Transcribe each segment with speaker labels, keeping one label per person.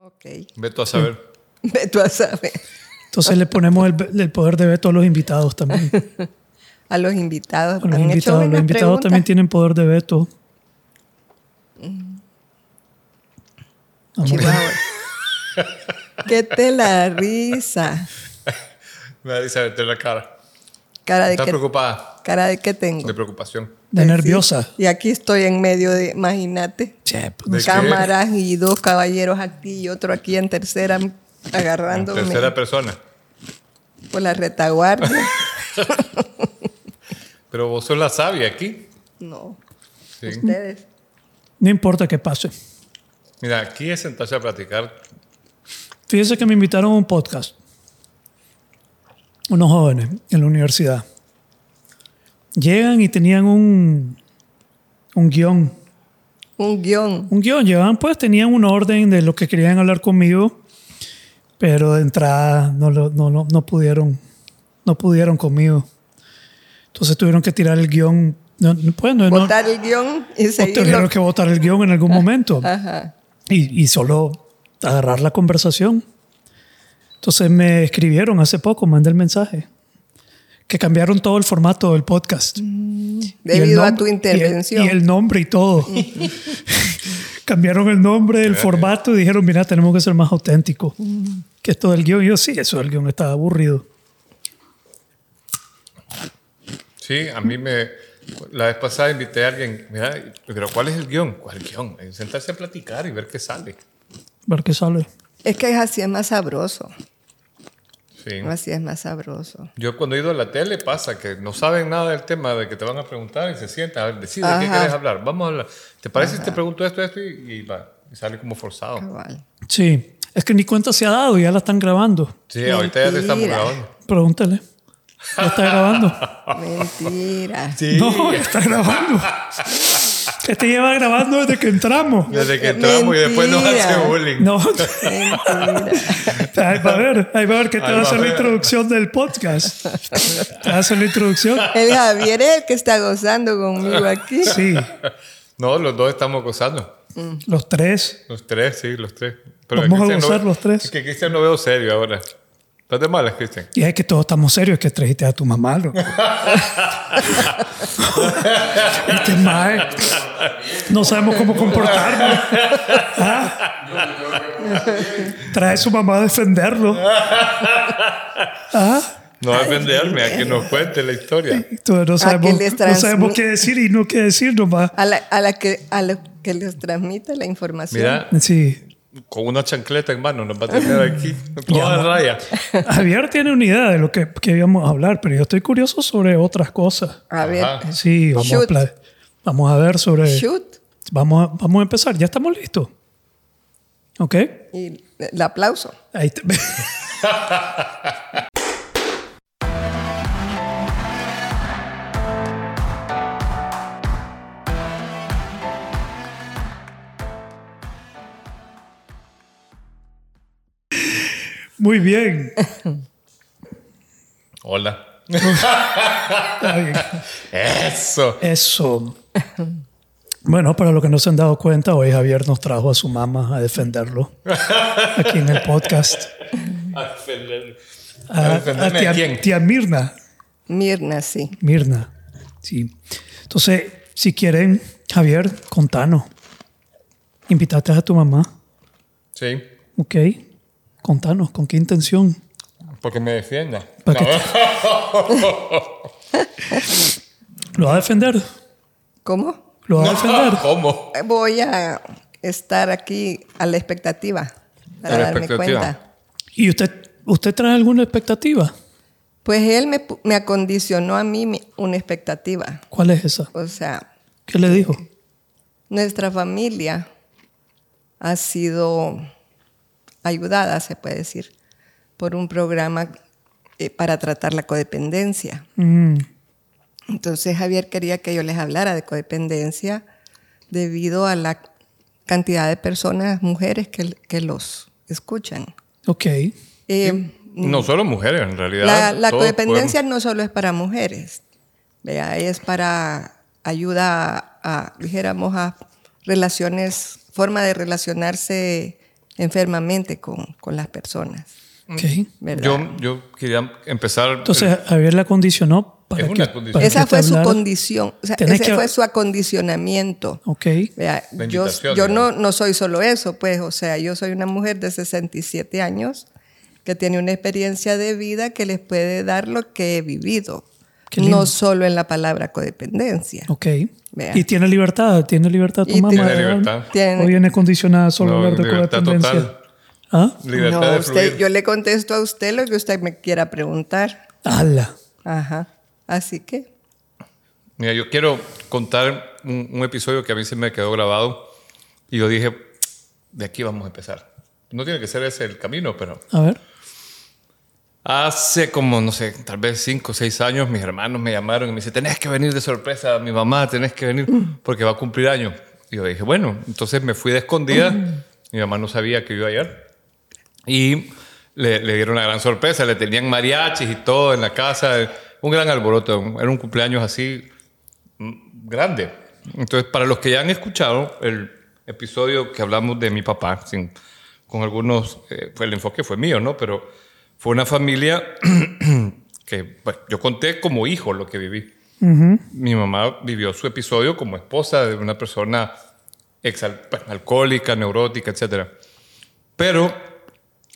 Speaker 1: Ok.
Speaker 2: Ve tú a saber.
Speaker 1: Ve tú a saber.
Speaker 3: Entonces le ponemos el, el poder de veto a los invitados también.
Speaker 1: A los invitados.
Speaker 3: A los
Speaker 1: ¿Han hecho
Speaker 3: invitados, los
Speaker 1: buenas
Speaker 3: invitados
Speaker 1: preguntas?
Speaker 3: también tienen poder de veto.
Speaker 1: Mm. Chihuahua. ¿Qué te la risa?
Speaker 2: Me da risa verte la cara.
Speaker 1: Cara de,
Speaker 2: Estás
Speaker 1: que,
Speaker 2: preocupada.
Speaker 1: cara de que tengo.
Speaker 2: De preocupación.
Speaker 3: De
Speaker 1: Pues sí.
Speaker 3: nerviosa.
Speaker 1: Y aquí estoy en medio de, imagínate,
Speaker 3: Che, pues,
Speaker 2: ¿De qué?
Speaker 1: cámaras y dos caballeros aquí y otro aquí en tercera
Speaker 2: En
Speaker 1: agarrándome
Speaker 2: tercera persona.
Speaker 1: por la retaguardia.
Speaker 2: Pero vos sos la sabia aquí.
Speaker 1: no,
Speaker 2: Sí.
Speaker 1: ustedes.
Speaker 3: No importa qué pase.
Speaker 2: Mira, aquí es sentarse a platicar.
Speaker 3: Fíjese que me invitaron a un podcast. Unos jóvenes en la universidad. Llegan y tenían un, un guión.
Speaker 1: Un guión.
Speaker 3: Un guión. Llegaban, pues, tenían un orden de lo que querían hablar conmigo. Pero de entrada no, lo- no, no, no pudieron. No pudieron conmigo. Entonces tuvieron que tirar el guión. No, no, pues, no- no-
Speaker 1: Botar el guión y
Speaker 3: o tuvieron
Speaker 1: seguirlo. Ah,
Speaker 3: que votar el guión en algún momento.
Speaker 1: Ajá.
Speaker 3: y, y solo agarrar la conversación. Entonces me escribieron hace poco, mandé el mensaje, que cambiaron todo el formato del podcast. Y el
Speaker 1: Debido a
Speaker 3: nom-
Speaker 1: tu
Speaker 3: y el-
Speaker 1: intervención.
Speaker 3: Y el, nombre y todo. cambiaron el nombre, el formato y dijeron, mira, tenemos que ser más auténticos. Que esto del guión, Y yo sí, eso del guión estaba aburrido.
Speaker 2: Sí, a mí me. La vez pasada invité a alguien. Mira, pero ¿cuál es el guión? ¿Cuál guión? Eh, Sentarse a platicar y ver qué sale.
Speaker 3: Ver qué sale.
Speaker 1: Es que así es más sabroso.
Speaker 2: Sí.
Speaker 1: Así es más sabroso.
Speaker 2: Yo cuando he ido a la tele pasa que no saben nada del tema de que te van a preguntar y se sientan. A ver, decide qué
Speaker 1: Ajá.
Speaker 2: quieres hablar. Vamos a hablar. ¿Te parece si te pregunto esto, esto y, y va? Y sale como forzado.
Speaker 1: Cabal.
Speaker 3: Sí, es que ni cuenta se ha dado, ya la están grabando.
Speaker 2: Sí, ahorita ya te estamos
Speaker 1: Mentira.
Speaker 2: grabando.
Speaker 3: Pregúntale. ¿Ya está grabando?
Speaker 1: Mentira.
Speaker 2: Sí.
Speaker 3: No, está grabando. Este lleva grabando desde que entramos.
Speaker 2: Desde que entramos y después nos
Speaker 1: Mentira.
Speaker 2: hace bullying.
Speaker 3: No,
Speaker 1: Mentira.
Speaker 3: ahí va a ver, ahí va a ver que te
Speaker 2: Ahí
Speaker 3: va a
Speaker 2: va a
Speaker 3: hacer la
Speaker 2: ver.
Speaker 3: introducción del podcast. Te va a hacer la introducción.
Speaker 1: El Javier es el que está gozando conmigo aquí.
Speaker 3: Sí,
Speaker 2: No, los dos estamos gozando.
Speaker 3: los tres.
Speaker 2: Los tres, sí, los tres. Pero
Speaker 3: Vamos a
Speaker 2: Cristian no-
Speaker 3: gozar los tres.
Speaker 2: Es que Cristian no veo serio ahora. Estás de malas, Cristian.
Speaker 3: Y es que todos estamos serios, que trajiste a tu mamá. loco. este mae, No sabemos cómo comportarnos. ¿Ah? Trae a su mamá a defenderlo. ¿Ah?
Speaker 2: No va a defenderme a que nos cuente la historia.
Speaker 3: Entonces no sabemos,
Speaker 1: que les
Speaker 3: no sabemos
Speaker 1: transmi-
Speaker 3: qué decir y no qué decir nomás.
Speaker 1: A la, a la que a los que les transmite la información.
Speaker 2: Mira,
Speaker 3: Sí.
Speaker 2: con una chancleta en mano nos va a tener aquí. Toda raya.
Speaker 3: Javier tiene una idea de lo que, que íbamos a hablar, pero yo estoy curioso sobre otras cosas.
Speaker 1: a ver,
Speaker 2: Ajá.
Speaker 3: Sí, vamos, a,
Speaker 1: Shoot.
Speaker 3: pla- vamos a ver sobre...
Speaker 1: shoot.
Speaker 3: Vamos a, vamos a empezar, ya estamos listos. ¿Ok?
Speaker 1: Y el aplauso.
Speaker 3: Ahí te- Muy bien.
Speaker 2: Hola.
Speaker 3: Está bien.
Speaker 2: Eso.
Speaker 3: Eso. Bueno, para los que no se han dado cuenta, hoy Javier nos trajo a su mamá a defenderlo aquí en el podcast.
Speaker 2: A defender-
Speaker 3: A,
Speaker 2: a defenderme
Speaker 3: a
Speaker 2: a
Speaker 3: tía,
Speaker 2: quién.
Speaker 3: tía Mirna.
Speaker 1: Mirna, sí.
Speaker 3: Mirna. Sí. Entonces, si quieren, Javier, contanos. Invítate a tu mamá.
Speaker 2: Sí,
Speaker 3: Ok. Contanos, ¿con qué intención?
Speaker 2: porque me defienda.
Speaker 3: ¿Para qué ¿Lo va a defender?
Speaker 1: ¿Cómo?
Speaker 3: ¿Lo va a defender?
Speaker 2: ¿Cómo?
Speaker 1: Voy a estar aquí a la expectativa para
Speaker 2: A la
Speaker 1: darme
Speaker 2: expectativa.
Speaker 1: cuenta.
Speaker 3: ¿Y usted, usted trae alguna expectativa?
Speaker 1: Pues él me, pu- me acondicionó a mí mi- una expectativa.
Speaker 3: ¿Cuál es esa?
Speaker 1: O sea,
Speaker 3: ¿Qué le dijo?
Speaker 1: nuestra familia ha sido ayudada, se puede decir, por un programa eh, para tratar la codependencia.
Speaker 3: Mm.
Speaker 1: Entonces Javier quería que yo les hablara de codependencia debido a la cantidad de personas, mujeres que, que los escuchan.
Speaker 3: Ok.
Speaker 1: Eh,
Speaker 3: Mm.
Speaker 2: No solo mujeres, en realidad.
Speaker 1: la, la
Speaker 2: todos
Speaker 1: codependencia no solo es para mujeres, vea, es para ayuda a, a, dijéramos, a relaciones, forma de relacionarse enfermamente con, con las personas.
Speaker 3: Ok.
Speaker 2: Mm.
Speaker 1: ¿verdad?
Speaker 2: Yo, yo quería empezar. eh,
Speaker 3: Entonces, Javier la condicionó para
Speaker 2: Es
Speaker 3: que.
Speaker 2: una condición.
Speaker 3: para
Speaker 1: Esa
Speaker 3: que
Speaker 1: fue su
Speaker 3: hablara.
Speaker 1: condición, o sea,
Speaker 3: Tenés
Speaker 1: ese
Speaker 3: que-
Speaker 1: fue su acondicionamiento.
Speaker 3: Ok.
Speaker 1: Vea,
Speaker 2: La
Speaker 1: yo
Speaker 2: invitación,
Speaker 1: yo no,
Speaker 2: digamos.
Speaker 1: no soy solo eso, pues, o sea, yo soy una mujer de 67 años que tiene una experiencia de vida que les puede dar lo que he vivido,
Speaker 3: Qué lindo.
Speaker 1: no solo en la palabra codependencia.
Speaker 3: Ok.
Speaker 1: Vea.
Speaker 3: Y tiene libertad, tiene libertad tu
Speaker 1: Y
Speaker 3: mamá.
Speaker 1: tiene
Speaker 3: ¿verdad?
Speaker 2: libertad.
Speaker 1: Tiene-
Speaker 3: O viene condicionada solo a
Speaker 2: No,
Speaker 3: hablar de
Speaker 2: libertad
Speaker 3: codependencia.
Speaker 2: total.
Speaker 3: ¿Ah?
Speaker 2: Libertad
Speaker 1: No,
Speaker 2: de fluir.
Speaker 1: usted, yo le contesto a usted lo que usted me quiera preguntar.
Speaker 3: ¡Hala!
Speaker 1: Ajá. Así que,
Speaker 2: Mira, yo quiero contar un, un episodio que a mí se me quedó grabado y yo dije, de aquí vamos a empezar. No tiene que ser ese el camino, pero
Speaker 3: A ver.
Speaker 2: hace como, no sé, tal vez cinco o seis años, mis hermanos me llamaron y me dice, tenés que venir de sorpresa, mi mamá, tenés que venir porque va a cumplir años. Y yo dije, bueno, entonces me fui de escondida, mi mamá no sabía que iba a llegar y le, le dieron una gran sorpresa, le tenían mariachis y todo en la casa, un gran alboroto, era un cumpleaños así grande. Entonces, para los que ya han escuchado el episodio que hablamos de mi papá, sin- con algunos, eh, fue el enfoque fue mío, ¿no? Pero fue una familia que bueno, yo conté como hijo lo que viví.
Speaker 3: Ujú.
Speaker 2: Mi mamá vivió su episodio como esposa de una persona exal- pues, alcohólica, neurótica, etc. Pero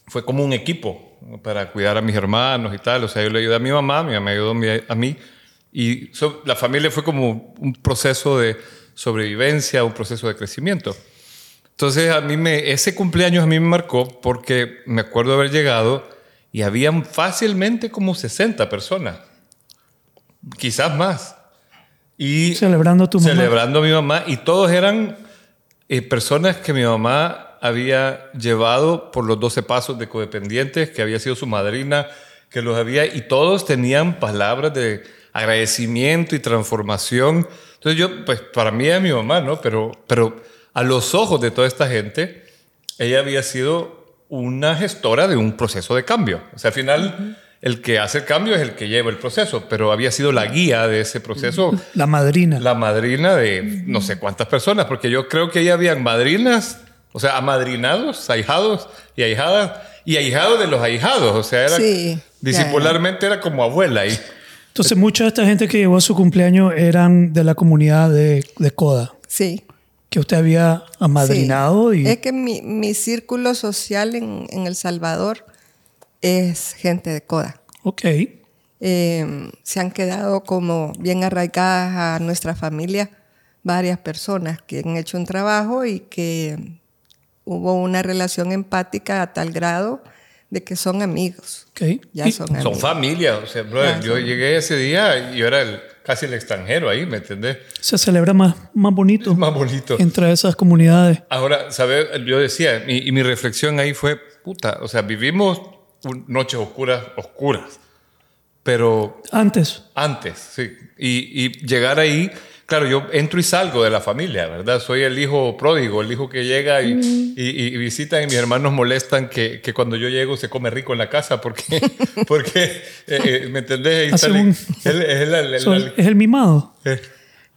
Speaker 2: fue como un equipo ¿no? para cuidar a mis hermanos y tal. O sea, yo le ayudé a mi mamá, mi mamá me ayudó a mi- a mí. Y so- la familia fue como un proceso de sobrevivencia, un proceso de crecimiento. Entonces, a mí me, ese cumpleaños a mí me marcó porque me acuerdo haber llegado y habían fácilmente como 60 personas, quizás más. Y
Speaker 3: Celebrando a tu mamá.
Speaker 2: celebrando a mi mamá y todos eran eh, personas que mi mamá había llevado por los 12 pasos de codependientes, que había sido su madrina, que los había, y todos tenían palabras de agradecimiento y transformación. Entonces yo, pues para mí es mi mamá, ¿no? Pero, pero a los ojos de toda esta gente, ella había sido una gestora de un proceso de cambio. O sea, al final el que hace el cambio es el que lleva el proceso, pero había sido la guía de ese proceso
Speaker 3: La madrina.
Speaker 2: la madrina de no sé cuántas personas, porque yo creo que ahí habían madrinas, o sea, amadrinados, ahijados y ahijadas, y ahijados de los ahijados, o sea, era,
Speaker 1: Sí,
Speaker 2: discipularmente era como abuela ahí.
Speaker 3: Entonces, mucha de esta gente que llegó a su cumpleaños eran de la comunidad de, de Coda,
Speaker 1: sí.
Speaker 3: que usted había amadrinado
Speaker 1: Sí.
Speaker 3: y.
Speaker 1: Es que mi, mi círculo social en, en El Salvador es gente de coda.
Speaker 3: Ok.
Speaker 1: Eh, se han quedado como bien arraigadas a nuestra familia varias personas que han hecho un trabajo y que hubo una relación empática a tal grado de que son amigos.
Speaker 3: Ok.
Speaker 1: Ya
Speaker 3: Y-
Speaker 1: son amigos.
Speaker 2: Son familia, o sea,
Speaker 1: Ya,
Speaker 2: brother, yo llegué ese día y yo era el- casi el extranjero ahí, ¿me entendés?
Speaker 3: Se celebra más, más bonito
Speaker 2: Es más bonito.
Speaker 3: entre esas comunidades.
Speaker 2: Ahora, ¿sabes? Yo decía, y, y mi reflexión ahí fue, puta, o sea, vivimos un- noches oscuras, oscuras, pero
Speaker 3: Antes.
Speaker 2: Antes, sí. Y, y llegar ahí, claro, yo entro y salgo de la familia, ¿verdad? Soy el hijo pródigo, el hijo que llega y, y- y visitan y mis hermanos molestan que, que cuando yo llego se come rico en la casa porque, porque eh, eh, ¿me entendés? Ahí
Speaker 3: Hace
Speaker 2: sale-
Speaker 3: un-
Speaker 2: él- es el- el- el-
Speaker 3: Son- es el mimado.
Speaker 2: eh,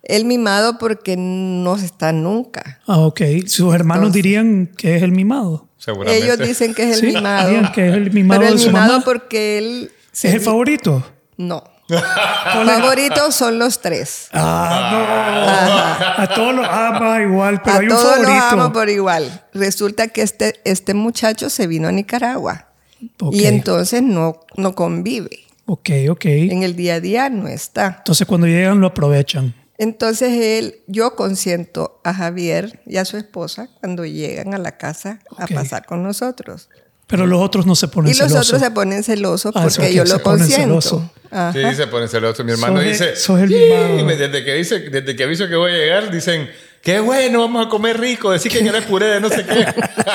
Speaker 1: El mimado porque no se está nunca.
Speaker 3: Ah, ok. Sus hermanos
Speaker 1: Entonces-
Speaker 3: dirían que es el mimado.
Speaker 2: seguramente.
Speaker 1: Ellos dicen que es el
Speaker 3: Sí,
Speaker 1: mimado.
Speaker 3: dirían que es el mimado
Speaker 1: Pero el
Speaker 3: de su
Speaker 1: mimado
Speaker 3: mamá.
Speaker 1: porque él... se
Speaker 3: ¿Es el
Speaker 1: di-
Speaker 3: favorito?
Speaker 1: No. Favoritos son los tres.
Speaker 3: Ah, no. A todos los ama igual, pero
Speaker 1: a
Speaker 3: hay un
Speaker 1: todos los amo
Speaker 3: favorito.
Speaker 1: por igual. Resulta que este, este muchacho se vino a Nicaragua.
Speaker 3: Ok.
Speaker 1: pues. Y entonces no, no convive.
Speaker 3: Ok, ok.
Speaker 1: En el día a día no está.
Speaker 3: Entonces cuando llegan lo aprovechan.
Speaker 1: Entonces él, yo consiento a Javier y a su esposa cuando llegan a la casa
Speaker 3: Ok.
Speaker 1: a pasar con nosotros.
Speaker 3: Pero los otros no se ponen
Speaker 1: Y los
Speaker 3: celosos.
Speaker 1: otros se ponen celosos
Speaker 3: Ah, eso
Speaker 1: porque
Speaker 3: que
Speaker 1: yo
Speaker 3: se
Speaker 1: lo
Speaker 3: ponen celosos.
Speaker 1: consiento. Ah, Ajá.
Speaker 2: Sí, se ponen celosos. Mi hermano
Speaker 3: Sos el-
Speaker 2: dice,
Speaker 3: sos el
Speaker 2: "Sí",
Speaker 3: mimado.
Speaker 2: desde que dice, desde que aviso que voy a llegar, dicen, qué bueno, vamos a comer rico, decir que eres puré de no sé qué.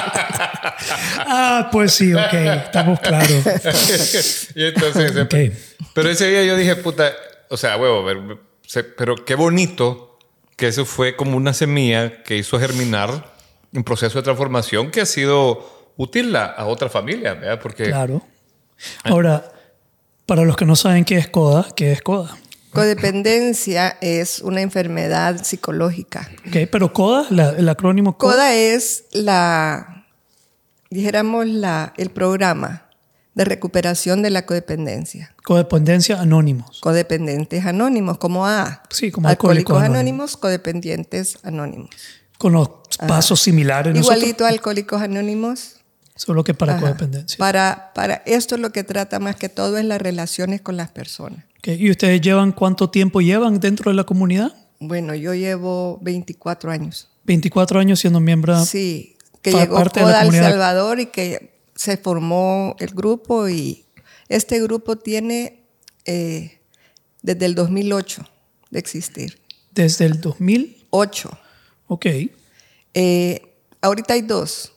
Speaker 3: Ah, pues sí, ok. Estamos claros.
Speaker 2: y entonces, se-
Speaker 3: Ok.
Speaker 2: pero ese día yo dije, puta, o sea, huevo, pero, se- pero qué bonito que eso fue como una semilla que hizo germinar un proceso de transformación que ha sido útil a, a otra familia, ¿verdad? Porque
Speaker 3: Claro. Ahora, para los que no saben qué es CODA, ¿qué es CODA?
Speaker 1: Codependencia es una enfermedad psicológica.
Speaker 3: Ok, pero CODA, la- el acrónimo CODA.
Speaker 1: CODA es la dijéramos, la, el programa de recuperación de la codependencia.
Speaker 3: Codependencia anónimos.
Speaker 1: Codependentes anónimos, como A.
Speaker 3: Sí, como
Speaker 1: alcohólicos
Speaker 3: Alcohólicos
Speaker 1: anónimos,
Speaker 3: Anónimos.
Speaker 1: codependientes anónimos.
Speaker 3: Con los pasos similares. nosotros,
Speaker 1: Ah. Igualito a alcohólicos anónimos.
Speaker 3: solo que para
Speaker 1: Ajá.
Speaker 3: codependencia.
Speaker 1: Para, para esto lo que trata más que todo es las relaciones con las personas.
Speaker 3: Ok, ¿Y ustedes llevan cuánto tiempo llevan dentro de la comunidad?
Speaker 1: Bueno, yo llevo 24 años.
Speaker 3: 24 años siendo miembro.
Speaker 1: Sí, que
Speaker 3: Ah, Pa-
Speaker 1: llegó
Speaker 3: parte de la
Speaker 1: Coda El
Speaker 3: comunidad.
Speaker 1: Salvador y que se formó el grupo y este grupo tiene eh, desde el 2008 de existir.
Speaker 3: Desde el 2000.
Speaker 1: Ocho.
Speaker 3: Ok.
Speaker 1: Eh, ahorita hay dos.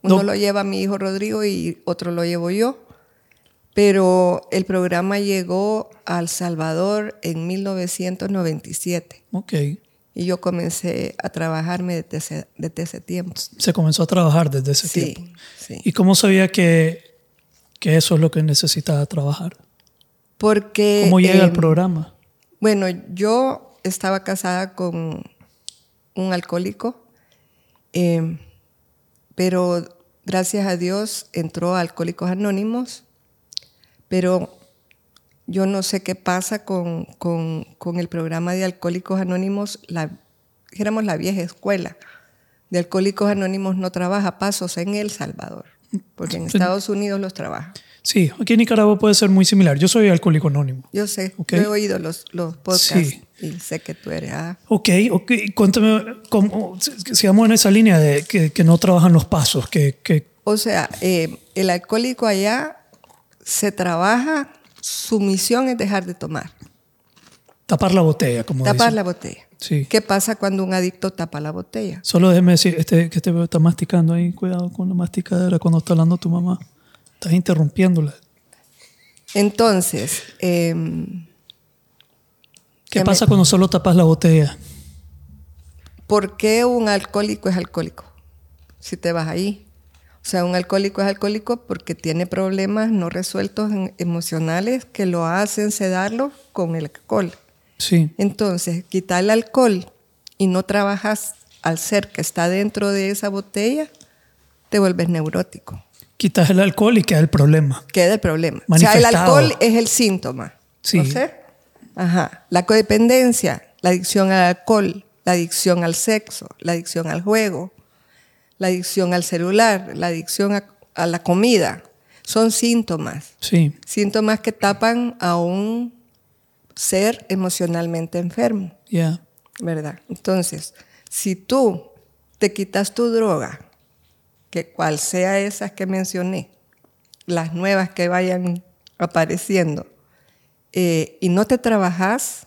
Speaker 1: Uno
Speaker 3: No.
Speaker 1: lo lleva mi hijo Rodrigo y otro lo llevo yo. Pero el programa llegó a El Salvador en 1997
Speaker 3: Ok.
Speaker 1: y yo comencé a trabajarme desde ese, desde ese tiempo.
Speaker 3: Se comenzó a trabajar desde ese
Speaker 1: Sí,
Speaker 3: tiempo.
Speaker 1: sí.
Speaker 3: ¿Y cómo sabía que, que eso es lo que necesitaba trabajar?
Speaker 1: Porque.
Speaker 3: ¿Cómo llega al
Speaker 1: em,
Speaker 3: programa?
Speaker 1: Bueno, yo estaba casada con un alcohólico, eh, pero gracias a Dios entró a Alcohólicos Anónimos, pero yo no sé qué pasa con, con- con el programa de Alcohólicos Anónimos, la, dijéramos la vieja escuela. De Alcohólicos Anónimos no trabaja pasos en El Salvador, porque en Estados Unidos los trabaja.
Speaker 3: Sí, aquí en Nicaragua puede ser muy similar. Yo soy alcohólico anónimo.
Speaker 1: Yo sé,
Speaker 3: Ok.
Speaker 1: yo he oído los, los podcasts
Speaker 3: Sí.
Speaker 1: y sé que tú eres... ah,
Speaker 3: Ok, ok. Cuéntame, ¿cómo, si- si- sigamos en esa línea de que, que no trabajan los pasos, que, que
Speaker 1: O sea, eh, el alcohólico allá se trabaja, su misión es dejar de tomar,
Speaker 3: tapar la botella, como
Speaker 1: tapar
Speaker 3: dicen.
Speaker 1: la botella.
Speaker 3: Sí.
Speaker 1: ¿Qué pasa cuando un adicto tapa la botella?
Speaker 3: Solo déjeme decir, este, que este bebé está masticando ahí, cuidado con la masticadera cuando está hablando tu mamá. Estás interrumpiéndola.
Speaker 1: Entonces, eh, Que
Speaker 3: ¿Qué
Speaker 1: me-
Speaker 3: pasa cuando solo tapas la botella?
Speaker 1: ¿por qué un alcohólico es alcohólico? Si te vas ahí. O sea, un alcohólico es alcohólico porque tiene problemas no resueltos en- emocionales que lo hacen sedarlo con el alcohol.
Speaker 3: Sí,
Speaker 1: Entonces, quitar el alcohol y no trabajas al ser que está dentro de esa botella, te vuelves neurótico.
Speaker 3: quitas el alcohol y queda el problema.
Speaker 1: Queda el problema. O sea, el
Speaker 3: Manifestado.
Speaker 1: alcohol es el síntoma.
Speaker 3: Sí.
Speaker 1: ¿no sé? Ajá. La codependencia, la adicción al alcohol, la adicción al sexo, la adicción al juego, la adicción al celular, la adicción a, a la comida, son síntomas.
Speaker 3: Sí,
Speaker 1: Síntomas que tapan a un ser emocionalmente enfermo.
Speaker 3: ya.
Speaker 1: ¿verdad? Entonces, si tú te quitas tu droga, que cual sea esas que mencioné, las nuevas que vayan apareciendo, eh, y no te trabajas,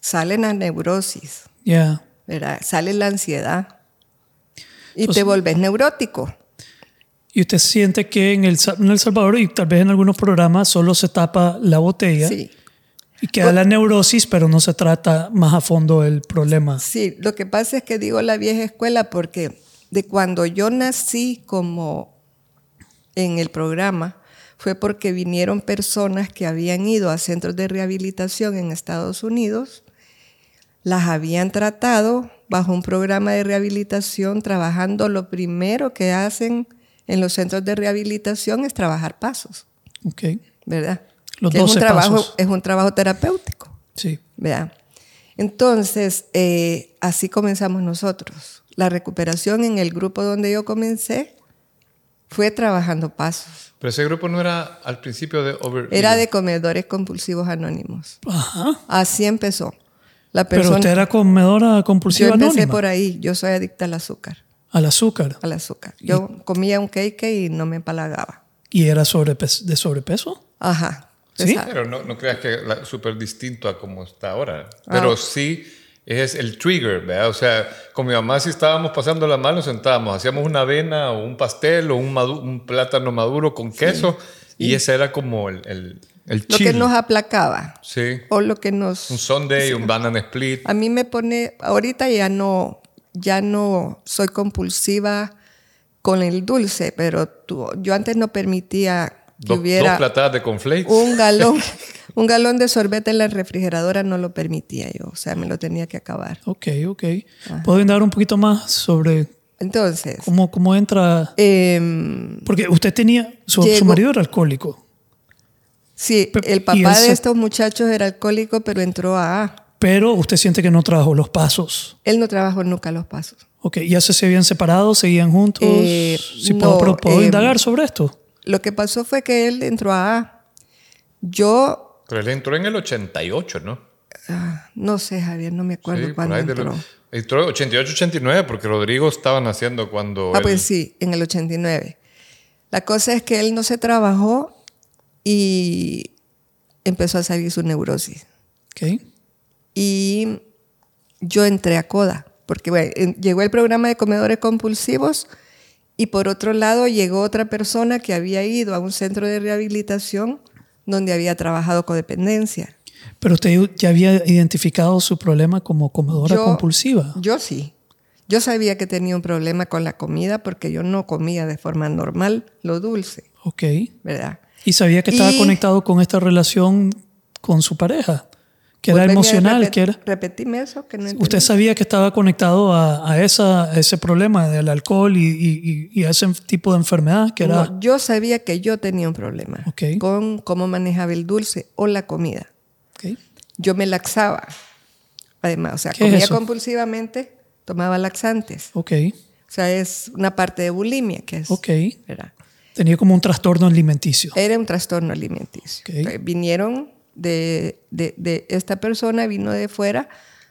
Speaker 1: sale la neurosis,
Speaker 3: Ya.
Speaker 1: ¿verdad? Sale la ansiedad y
Speaker 3: Entonces-
Speaker 1: te volvés neurótico.
Speaker 3: Y usted siente que en el, Sa- en el Salvador y tal vez en algunos programas solo se tapa la botella
Speaker 1: Sí.
Speaker 3: y queda la neurosis, pero no se trata más a fondo el problema.
Speaker 1: Sí, lo que pasa es que digo la vieja escuela porque de cuando yo nací como en el programa fue porque vinieron personas que habían ido a centros de rehabilitación en Estados Unidos, las habían tratado bajo un programa de rehabilitación, trabajando lo primero que hacen en los centros de rehabilitación es trabajar pasos,
Speaker 3: Ok,
Speaker 1: ¿verdad?
Speaker 3: Los
Speaker 1: Que es un
Speaker 3: 12
Speaker 1: trabajo-
Speaker 3: pasos.
Speaker 1: es un trabajo terapéutico.
Speaker 3: sí.
Speaker 1: ¿verdad? Entonces, eh, así comenzamos nosotros. La recuperación en el grupo donde yo comencé fue trabajando pasos.
Speaker 2: Pero ese grupo no era al principio de Over.
Speaker 1: Era de comedores compulsivos anónimos.
Speaker 3: Ajá.
Speaker 1: Así empezó. La
Speaker 3: Pero
Speaker 1: persona,
Speaker 3: usted era comedora
Speaker 1: yo
Speaker 3: compulsiva
Speaker 1: empecé
Speaker 3: anónima.
Speaker 1: por ahí. Yo soy adicta al azúcar.
Speaker 3: Al azúcar.
Speaker 1: Al azúcar. Yo comía un cake y no me empalagaba.
Speaker 3: ¿Y era sobrepe- de sobrepeso?
Speaker 1: Ajá.
Speaker 3: ¿Sí?
Speaker 1: Pesada.
Speaker 2: Pero no, no creas que la- súper distinto a como está ahora.
Speaker 1: Ah,
Speaker 2: Pero sí es el trigger, ¿verdad? O sea, con mi mamá si estábamos pasando la mano, sentábamos, hacíamos una avena o un pastel o un, madu- un plátano maduro con queso y ese era como el, el, el
Speaker 1: Lo
Speaker 2: chill.
Speaker 1: que nos aplacaba.
Speaker 2: Sí,
Speaker 1: O lo que nos...
Speaker 2: un sundae, un banana split.
Speaker 1: A mí me pone, ahorita ya no, ya no soy compulsiva con el dulce, pero tú- yo antes no permitía que
Speaker 2: do- dos
Speaker 1: hubiera
Speaker 2: platadas de conflakes.
Speaker 1: un galón, un galón de sorbete en la refrigeradora, no lo permitía yo, o sea, me lo tenía que acabar.
Speaker 3: Ok, ok. ¿Puedo indagar un poquito más sobre
Speaker 1: Entonces,
Speaker 3: ¿Cómo, cómo entra?
Speaker 1: em,
Speaker 3: Porque usted tenía, su, su
Speaker 1: Llegó-
Speaker 3: marido era alcohólico,
Speaker 1: sí,
Speaker 3: Pe-
Speaker 1: el
Speaker 3: y
Speaker 1: papá de
Speaker 3: eso-
Speaker 1: estos muchachos era alcohólico, pero entró a A.
Speaker 3: pero usted siente que no trabajó los pasos.
Speaker 1: Él no trabajó nunca los pasos.
Speaker 3: Ok, ya se, se habían separado, seguían juntos.
Speaker 1: Eh,
Speaker 3: si puedo,
Speaker 1: no,
Speaker 3: pero puedo
Speaker 1: eh,
Speaker 3: indagar sobre esto.
Speaker 1: Lo que pasó fue que él entró a A. Yo,
Speaker 2: Pero él entró en el 88, ¿no?
Speaker 1: ah, no sé, Javier, no me acuerdo
Speaker 2: por
Speaker 1: cuándo
Speaker 2: ahí del-
Speaker 1: entró.
Speaker 2: entró 88, 89, porque Rodrigo estaba naciendo cuando.
Speaker 1: Ah,
Speaker 2: él-
Speaker 1: pues sí, en el 89. La cosa es que él no se trabajó y empezó a salir su neurosis.
Speaker 3: Ok.
Speaker 1: Y yo entré a CODA, porque bueno, en- llegó el programa de comedores compulsivos y por otro lado llegó otra persona que había ido a un centro de rehabilitación donde había trabajado codependencia.
Speaker 3: Pero usted ya había identificado su problema como comedora
Speaker 1: Yo-
Speaker 3: compulsiva.
Speaker 1: Yo sí. Yo sabía que tenía un problema con la comida porque yo no comía de forma normal lo dulce,
Speaker 3: Ok.
Speaker 1: ¿verdad?
Speaker 3: Y sabía que estaba
Speaker 1: Y-
Speaker 3: conectado con esta relación con su pareja, que era
Speaker 1: Volveme a
Speaker 3: emocional,
Speaker 1: repet-
Speaker 3: que era...
Speaker 1: Repetime eso que no entendí.
Speaker 3: Usted sabía que estaba conectado a, a esa, a ese problema del alcohol y, y- y- y a ese tipo de enfermedad que era...
Speaker 1: No, yo sabía que yo tenía un problema
Speaker 3: Ok.
Speaker 1: con cómo manejaba el dulce o la comida.
Speaker 3: Ok.
Speaker 1: Yo me laxaba. Además, o sea,
Speaker 3: ¿Qué es
Speaker 1: comía
Speaker 3: eso?
Speaker 1: compulsivamente, tomaba laxantes.
Speaker 3: Ok.
Speaker 1: O sea, es una parte de bulimia que es.
Speaker 3: ok.
Speaker 1: ¿verdad?
Speaker 3: Tenía como un trastorno alimenticio.
Speaker 1: Era un trastorno alimenticio.
Speaker 3: Ok.
Speaker 1: Entonces, Vinieron de, de- de- esta persona, vino de fuera,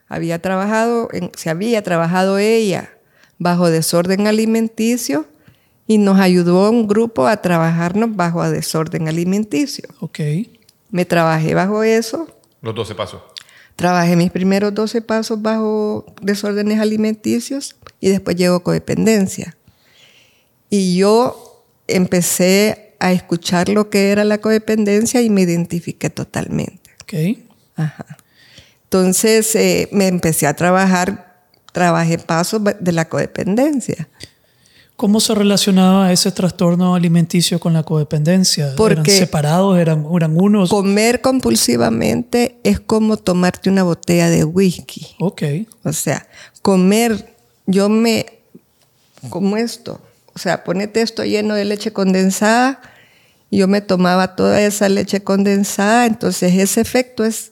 Speaker 1: había trabajado, en- se había trabajado ella bajo desorden alimenticio y nos ayudó un grupo a trabajarnos bajo a desorden alimenticio.
Speaker 3: Ok.
Speaker 1: Me trabajé bajo eso,
Speaker 2: Los 12 pasos.
Speaker 1: trabajé mis primeros 12 pasos bajo desórdenes alimenticios y después llegó codependencia. Y yo empecé a escuchar lo que era la codependencia y me identifiqué totalmente.
Speaker 3: Ok.
Speaker 1: Ajá. Entonces eh, me empecé a trabajar, trabajé pasos ba- de la codependencia.
Speaker 3: ¿Cómo se relacionaba ese trastorno alimenticio con la codependencia? ¿Eran
Speaker 1: Porque-
Speaker 3: separados? ¿Eran, eran unos?
Speaker 1: Comer compulsivamente es como tomarte una botella de whisky.
Speaker 3: Ok.
Speaker 1: O sea, comer, yo me como esto. O sea, ponete esto lleno de leche condensada. Yo me tomaba toda esa leche condensada. Entonces, ese efecto es,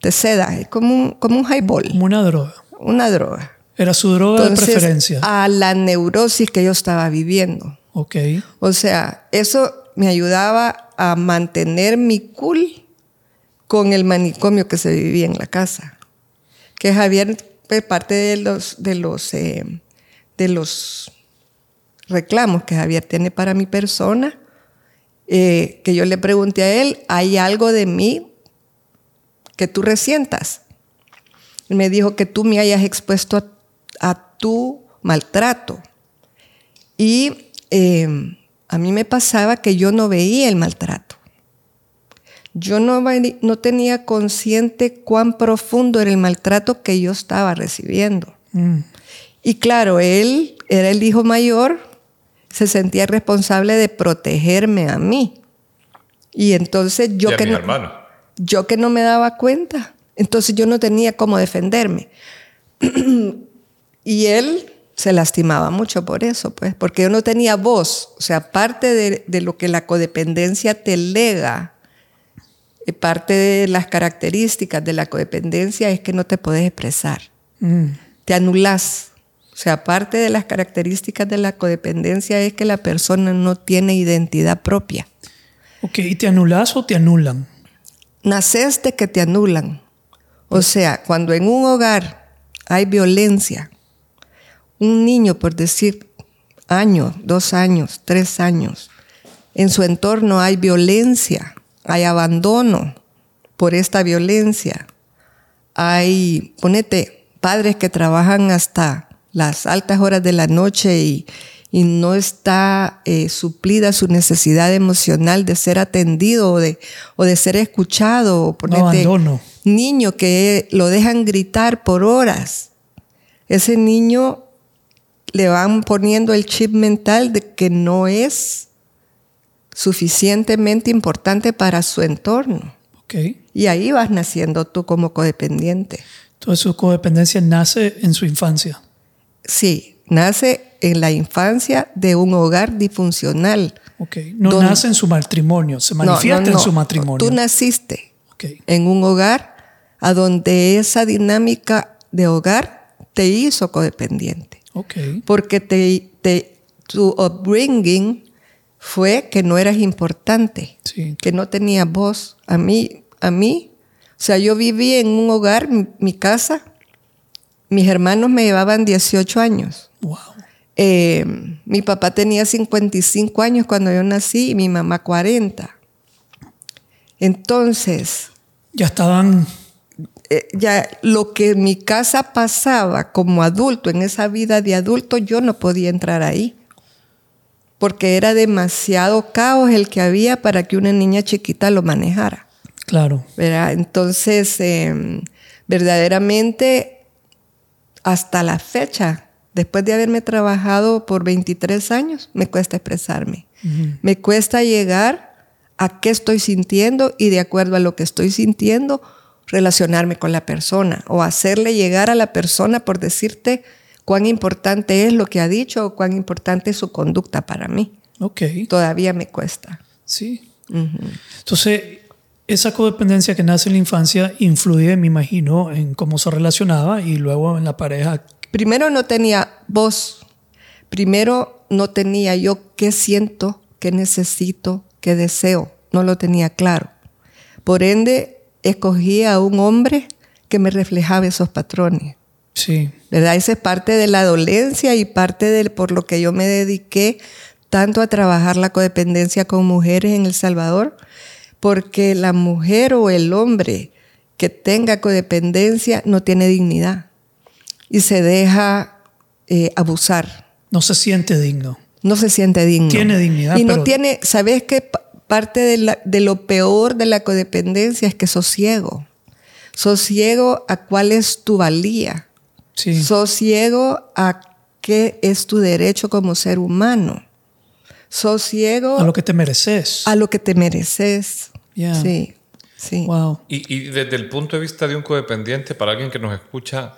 Speaker 1: te seda, es como un, como un highball,
Speaker 3: Como una droga.
Speaker 1: una droga.
Speaker 3: Era su droga
Speaker 1: Entonces, ah.
Speaker 3: de preferencia.
Speaker 1: a la neurosis que yo estaba viviendo.
Speaker 3: Ok,
Speaker 1: O sea, eso me ayudaba a mantener mi cool con el manicomio que se vivía en la casa. Que Javier, pues, parte de los, de los, eh, de los reclamos que Javier tiene para mi persona, eh, que yo le pregunté a él, ¿hay algo de mí que tú resientas? Y me dijo que tú me hayas expuesto a, a tu maltrato. Y eh, a mí me pasaba que yo no veía el maltrato. Yo no, ve- no tenía consciente cuán profundo era el maltrato que yo estaba recibiendo.
Speaker 3: Mm,
Speaker 1: Y claro, él era el hijo mayor, se sentía responsable de protegerme a mí. Y entonces yo
Speaker 2: y a
Speaker 1: que
Speaker 2: mi
Speaker 1: no-
Speaker 2: hermano.
Speaker 1: yo que no me daba cuenta. Entonces yo no tenía cómo defenderme. y él se lastimaba mucho por eso, pues, porque yo no tenía voz. O sea, parte de, de lo que la codependencia te lega, eh, parte de las características de la codependencia es que no te puedes expresar
Speaker 3: mm.
Speaker 1: te anulás. O sea, parte de las características de la codependencia es que la persona no tiene identidad propia.
Speaker 3: Ok, ¿y te anulas o te anulan?
Speaker 1: Naces de que te anulan. O sea, cuando en un hogar hay violencia, un niño, por decir, año, dos años, tres años, en su entorno hay violencia, hay abandono por esta violencia. Hay, ponete, padres que trabajan hasta las altas horas de la noche y, y no está eh, suplida su necesidad emocional de ser atendido o de, o de ser escuchado. o Ponete,
Speaker 3: abandono.
Speaker 1: Niño que lo dejan gritar por horas. Ese niño le van poniendo el chip mental de que no es suficientemente importante para su entorno.
Speaker 3: Ok.
Speaker 1: Y ahí vas naciendo tú como codependiente.
Speaker 3: Entonces su codependencia nace en su infancia.
Speaker 1: Sí, nace en la infancia de un hogar disfuncional.
Speaker 3: Ok. No
Speaker 1: Don-
Speaker 3: nace en su matrimonio, se
Speaker 1: No, no,
Speaker 3: manifiesta
Speaker 1: no.
Speaker 3: en su matrimonio.
Speaker 1: Tú naciste
Speaker 3: Ok.
Speaker 1: en un hogar a donde esa dinámica de hogar te hizo codependiente.
Speaker 3: Ok.
Speaker 1: Porque te, te- tu upbringing fue que no eras importante,
Speaker 3: Sí.
Speaker 1: que no tenías voz. A mí, a mí, o sea, yo viví en un hogar, mi- mi casa, mis hermanos me llevaban 18 años.
Speaker 3: Wow.
Speaker 1: Eh, mi papá tenía 55 años cuando yo nací y mi mamá 40. Entonces,
Speaker 3: Ya estaban.
Speaker 1: eh, ya lo que en mi casa pasaba como adulto, en esa vida de adulto, yo no podía entrar ahí. Porque era demasiado caos el que había para que una niña chiquita lo manejara.
Speaker 3: Claro.
Speaker 1: ¿verdad? Entonces, eh, verdaderamente, hasta la fecha, después de haberme trabajado por 23 años, me cuesta expresarme.
Speaker 3: Ujú.
Speaker 1: Me cuesta llegar a qué estoy sintiendo y de acuerdo a lo que estoy sintiendo, relacionarme con la persona o hacerle llegar a la persona por decirte cuán importante es lo que ha dicho o cuán importante es su conducta para mí.
Speaker 3: Ok.
Speaker 1: Todavía me cuesta.
Speaker 3: Sí.
Speaker 1: Ujú.
Speaker 3: Entonces, esa codependencia que nace en la infancia influye, me imagino, en cómo se relacionaba y luego en la pareja.
Speaker 1: Primero no tenía voz. Primero no tenía yo qué siento, qué necesito, qué deseo. No lo tenía claro. Por ende, escogí a un hombre que me reflejaba esos patrones.
Speaker 3: Sí.
Speaker 1: ¿Verdad? Esa es parte de la dolencia y parte del por lo que yo me dediqué tanto a trabajar la codependencia con mujeres en El Salvador, porque la mujer o el hombre que tenga codependencia no tiene dignidad y se deja eh, abusar.
Speaker 3: No se siente digno.
Speaker 1: No se siente digno.
Speaker 3: Tiene dignidad,
Speaker 1: Y no
Speaker 3: pero-
Speaker 1: tiene, ¿sabes qué? Pa- Parte de, la- de lo peor de la codependencia es que sosiego. Sosiego a cuál es tu valía.
Speaker 3: Sí.
Speaker 1: Sos ciego a qué es tu derecho como ser humano. Sos ciego
Speaker 3: a lo que te mereces.
Speaker 1: te mereces.
Speaker 3: Yeah.
Speaker 1: Sí, sí.
Speaker 3: Wow.
Speaker 2: Y, y desde el punto de vista de un codependiente, para alguien que nos escucha,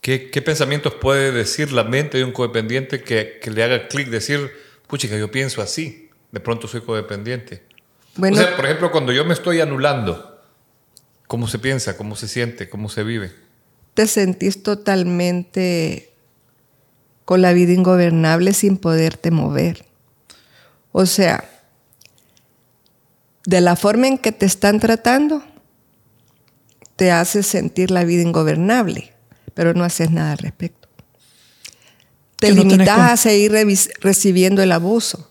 Speaker 2: ¿qué, qué pensamientos puede decir la mente de un codependiente que, que le haga clic, decir, puchica, yo pienso así, de pronto soy codependiente?
Speaker 1: Bueno,
Speaker 2: o sea, por ejemplo, cuando yo me estoy anulando, ¿cómo se piensa? ¿Cómo se siente? ¿Cómo se vive?
Speaker 1: te sentís totalmente con la vida ingobernable sin poderte mover. O sea, de la forma en que te están tratando, te hace sentir la vida ingobernable, pero no haces nada al respecto. Te
Speaker 3: Que no tenés
Speaker 1: limitas
Speaker 3: con-
Speaker 1: a seguir revis- recibiendo el abuso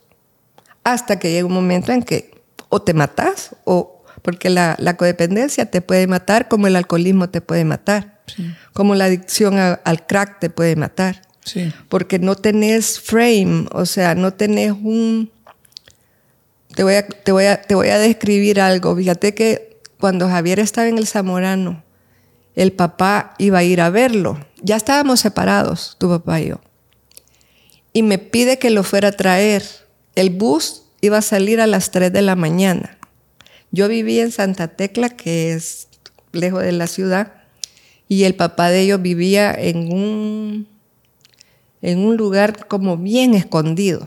Speaker 1: hasta que llega un momento en que o te matas o porque la, la codependencia te puede matar como el alcoholismo te puede matar,
Speaker 3: Sí.
Speaker 1: como la adicción a- al crack te puede matar
Speaker 3: Sí.
Speaker 1: porque no tenés frame, o sea, no tenés un... Te voy a, te voy a, te voy a describir algo. Fíjate que cuando Javier estaba en el Zamorano, el papá iba a ir a verlo. Ya estábamos separados, tu papá y yo. Y me pide que lo fuera a traer. El bus iba a salir a las 3 de la mañana. Yo vivía en Santa Tecla, que es lejos de la ciudad, y el papá de ellos vivía en un en un lugar como bien escondido.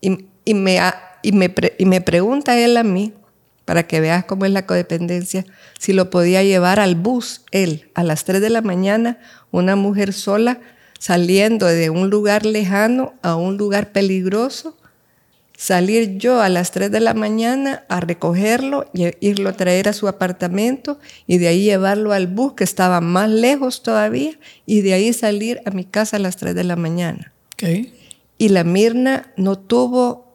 Speaker 1: Y, y me, ha- y, me pre- y me pregunta él a mí, para que veas cómo es la codependencia, si lo podía llevar al bus, él, a las 3 de la mañana, una mujer sola, saliendo de un lugar lejano a un lugar peligroso, salir yo a las 3 de la mañana a recogerlo, y irlo a traer a su apartamento y de ahí llevarlo al bus que estaba más lejos todavía y de ahí salir a mi casa a las 3 de la mañana.
Speaker 3: Ok.
Speaker 1: Y la Mirna no tuvo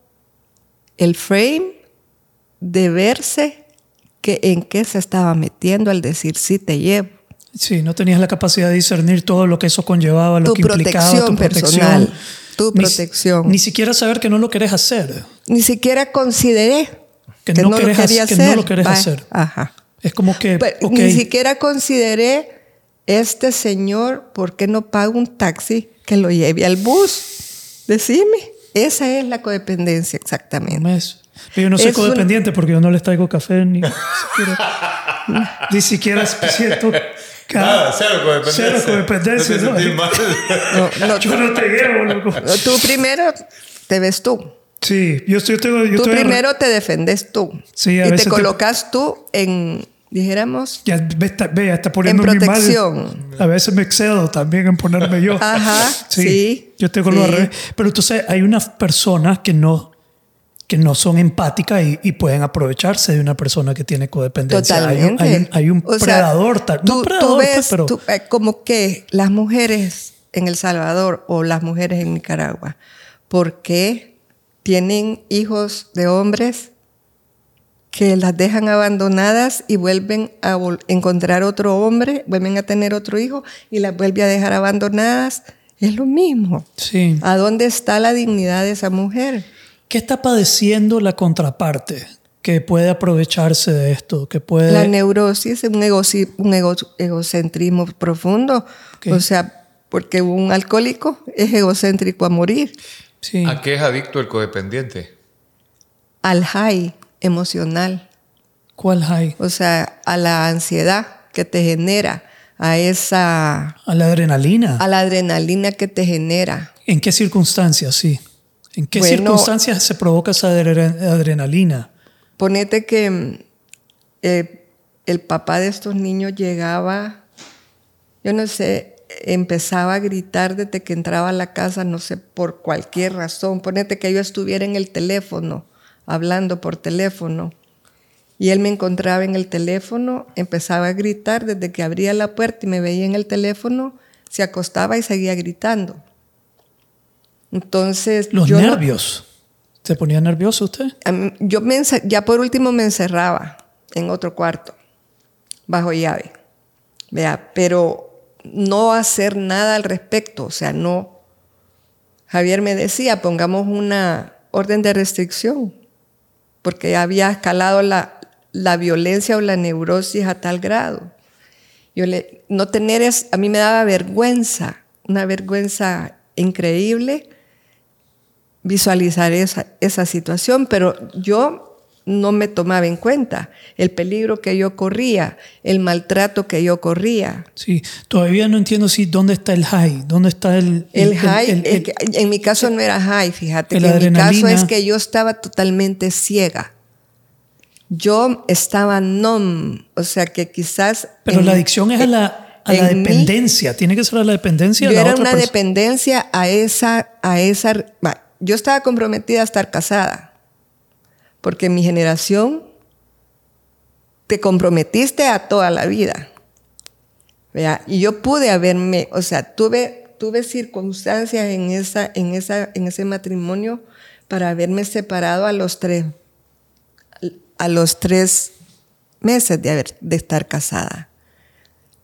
Speaker 1: el frame de verse que en qué se estaba metiendo al decir sí te llevo.
Speaker 3: Sí, no tenías la capacidad de discernir todo lo que eso conllevaba, lo
Speaker 1: Tu
Speaker 3: que implicaba,
Speaker 1: protección
Speaker 3: tu protección
Speaker 1: personal, tu
Speaker 3: Ni-
Speaker 1: protección.
Speaker 3: Ni, siquiera saber que no lo querés hacer.
Speaker 1: Ni siquiera consideré
Speaker 3: Que no querés hac- que no lo querés
Speaker 1: Vaya,
Speaker 3: hacer.
Speaker 1: Ajá.
Speaker 3: Es como que,
Speaker 1: Pero
Speaker 3: ok,
Speaker 1: Ni siquiera consideré este señor, ¿por qué no paga un taxi que lo lleve al bus? Decime. Esa es la codependencia,
Speaker 3: un
Speaker 1: exactamente.
Speaker 3: mes. Pero yo no soy
Speaker 1: Es un-
Speaker 3: codependiente porque yo no les traigo café ni siquiera, ni siquiera siento
Speaker 2: Nada, cero codependencia.
Speaker 3: Cero codependencia,
Speaker 2: No te
Speaker 3: ¿no?
Speaker 2: sentís mal.
Speaker 1: No, no,
Speaker 3: Yo no te llevo, loco.
Speaker 1: no, tú primero te ves tú.
Speaker 3: Sí, yo estoy... Yo tengo- yo
Speaker 1: Tú
Speaker 3: estoy-
Speaker 1: primero te defendes tú.
Speaker 3: Sí, a
Speaker 1: y
Speaker 3: veces
Speaker 1: te
Speaker 3: te-
Speaker 1: colocas tú en, dijéramos,
Speaker 3: Ya ve, está, ve, ya está poniendo mi
Speaker 1: protección.
Speaker 3: A veces me excedo también en ponerme yo.
Speaker 1: Ajá, sí,
Speaker 3: Yo tengo lo
Speaker 1: sí.
Speaker 3: al revés. Pero entonces hay unas personas que no que no son empáticas y, y pueden aprovecharse de una persona que tiene codependencia. Hay un-
Speaker 1: totalmente.
Speaker 3: Hay un, hay un
Speaker 1: O sea,
Speaker 3: predador. tal- no predador, pues,
Speaker 1: ves
Speaker 3: pero
Speaker 1: tú, eh, como que las mujeres en El Salvador o las mujeres en Nicaragua, ¿por qué tienen hijos de hombres que las dejan abandonadas y vuelven a vol- encontrar otro hombre, vuelven a tener otro hijo y las vuelve a dejar abandonadas? Es lo mismo.
Speaker 3: sí.
Speaker 1: ¿A dónde está la dignidad de esa mujer?
Speaker 3: ¿Qué está padeciendo la contraparte que puede aprovecharse de esto? Que puede...
Speaker 1: La neurosis es un, egoci- un ego- egocentrismo profundo.
Speaker 3: Ok.
Speaker 1: O sea, porque un alcohólico es egocéntrico a morir.
Speaker 3: sí.
Speaker 2: ¿A qué es adicto el codependiente?
Speaker 1: Al high emocional.
Speaker 3: ¿Cuál hay?
Speaker 1: O sea, a la ansiedad que te genera, a esa.
Speaker 3: ¿A la adrenalina?
Speaker 1: a la adrenalina que te genera.
Speaker 3: ¿En qué circunstancias? Sí. ¿En qué
Speaker 1: Bueno-
Speaker 3: circunstancias se provoca esa adre- adrenalina?
Speaker 1: Ponete que mm, eh, el papá de estos niños llegaba, yo no sé, empezaba a gritar desde que entraba a la casa, no sé, por cualquier razón. Ponete que yo estuviera en el teléfono, hablando por teléfono, y él me encontraba en el teléfono, empezaba a gritar desde que abría la puerta y me veía en el teléfono, se acostaba y seguía gritando. Entonces,
Speaker 3: Los
Speaker 1: yo no-
Speaker 3: nervios. ¿Se ponía nervioso usted?
Speaker 1: a mí- yo me ence- ya por último me encerraba en otro cuarto, bajo llave. Vea, pero no hacer nada al respecto, o sea, no. Javier me decía, pongamos una orden de restricción, porque ya había escalado la, la violencia o la neurosis a tal grado. Yo le, no tener es, a mí me daba vergüenza, una vergüenza increíble visualizar esa, esa situación, pero yo no me tomaba en cuenta el peligro que yo corría, el maltrato que yo corría.
Speaker 3: Sí. Todavía no entiendo si dónde está el high, dónde está el...
Speaker 1: El high,
Speaker 3: el-
Speaker 1: es
Speaker 3: el-
Speaker 1: que en mi caso no era high, fíjate,
Speaker 3: el
Speaker 1: que en mi caso
Speaker 3: adrenalina.
Speaker 1: es que yo estaba totalmente ciega. Yo estaba numb, o sea que quizás...
Speaker 3: pero
Speaker 1: en-
Speaker 3: la adicción es a la, a la
Speaker 1: en mí-
Speaker 3: dependencia. Tiene que ser a la dependencia
Speaker 1: Yo
Speaker 3: de la
Speaker 1: era
Speaker 3: otra
Speaker 1: una
Speaker 3: persona.
Speaker 1: dependencia a esa, a esa. va, Yo estaba comprometida a estar casada. Porque en mi generación te comprometiste a toda la vida. Vea, Y yo pude haberme, o sea, tuve, tuve circunstancias en, esa, en, esa, en ese matrimonio para haberme separado a los tres, a los tres meses de, haber, de estar casada.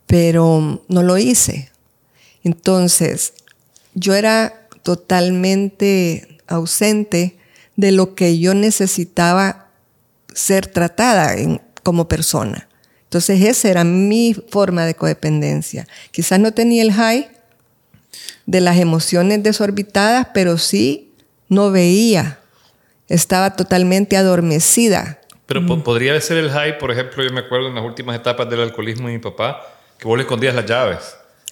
Speaker 1: Pero no lo hice. Entonces, yo era totalmente ausente de lo que yo necesitaba ser tratada en- como persona. Entonces, esa era mi forma de codependencia. Quizás no tenía el high de las emociones desorbitadas, pero sí no veía. Estaba totalmente adormecida.
Speaker 2: Pero
Speaker 1: Mm.
Speaker 2: po- podría ser el high, por ejemplo, yo me acuerdo en las últimas etapas del alcoholismo de mi papá, que vos le escondías las llaves.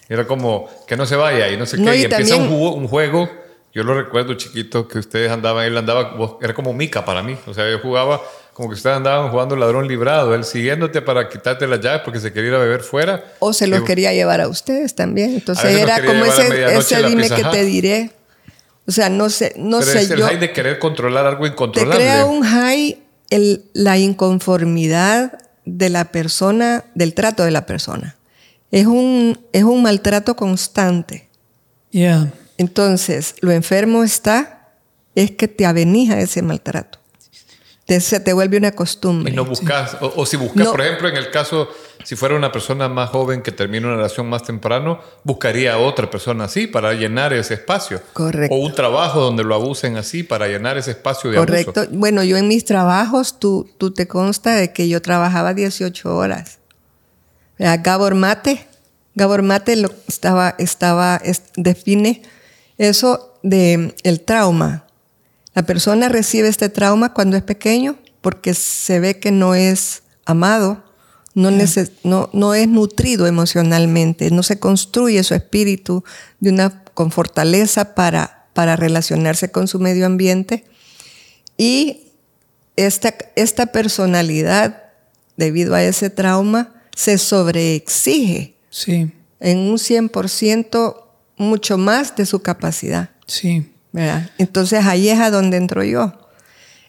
Speaker 2: Era como que no se vaya y no sé
Speaker 1: No,
Speaker 2: qué.
Speaker 1: y
Speaker 2: Y, empieza un,
Speaker 1: también-
Speaker 2: jugo- un juego. Yo lo recuerdo chiquito que ustedes andaban, él andaba, vos- era como mica para mí. O sea, yo jugaba como que ustedes andaban jugando ladrón librado, él siguiéndote para quitarte las llaves porque se quería ir a beber fuera.
Speaker 1: O se
Speaker 2: Y-
Speaker 1: los quería llevar a ustedes también. Entonces,
Speaker 2: veces los
Speaker 1: era
Speaker 2: quería
Speaker 1: como
Speaker 2: llevar a
Speaker 1: ese,
Speaker 2: medianoche a
Speaker 1: ese
Speaker 2: la
Speaker 1: dime
Speaker 2: Pizza
Speaker 1: que
Speaker 2: Hut.
Speaker 1: te diré. O sea, no sé, no
Speaker 2: pero
Speaker 1: sé
Speaker 2: es el
Speaker 1: yo.
Speaker 2: high de ¿eh? querer controlar algo
Speaker 1: Te
Speaker 2: incontrolable.
Speaker 1: crea un high el- la inconformidad de la persona, del trato de la persona. Es un, es un maltrato constante.
Speaker 3: Yeah.
Speaker 1: Entonces, lo enfermo está, es que te avenija ese maltrato. Te- se te vuelve una costumbre.
Speaker 2: Y no buscas, o, o si buscas,
Speaker 1: No.
Speaker 2: por ejemplo, en el caso, si fuera una persona más joven que termina una relación más temprano, buscaría a otra persona así para llenar ese espacio.
Speaker 1: Correcto.
Speaker 2: O un trabajo donde lo abusen así para llenar ese espacio de
Speaker 1: Correcto.
Speaker 2: abuso.
Speaker 1: Bueno, yo en mis trabajos, tú, tú te consta de que yo trabajaba 18 horas. Vea, Gabor Mate, Gabor Mate lo estaba, estaba, es- define eso de el trauma. La persona recibe este trauma cuando es pequeño porque se ve que no es amado, no, neces- no, no es nutrido emocionalmente, no se construye su espíritu de una, con fortaleza para, para relacionarse con su medio ambiente. Y esta, esta personalidad, debido a ese trauma, se sobreexige
Speaker 3: Sí,
Speaker 1: en un 100% mucho más de su capacidad.
Speaker 3: sí,
Speaker 1: ¿verdad? Entonces ahí es a donde entro yo.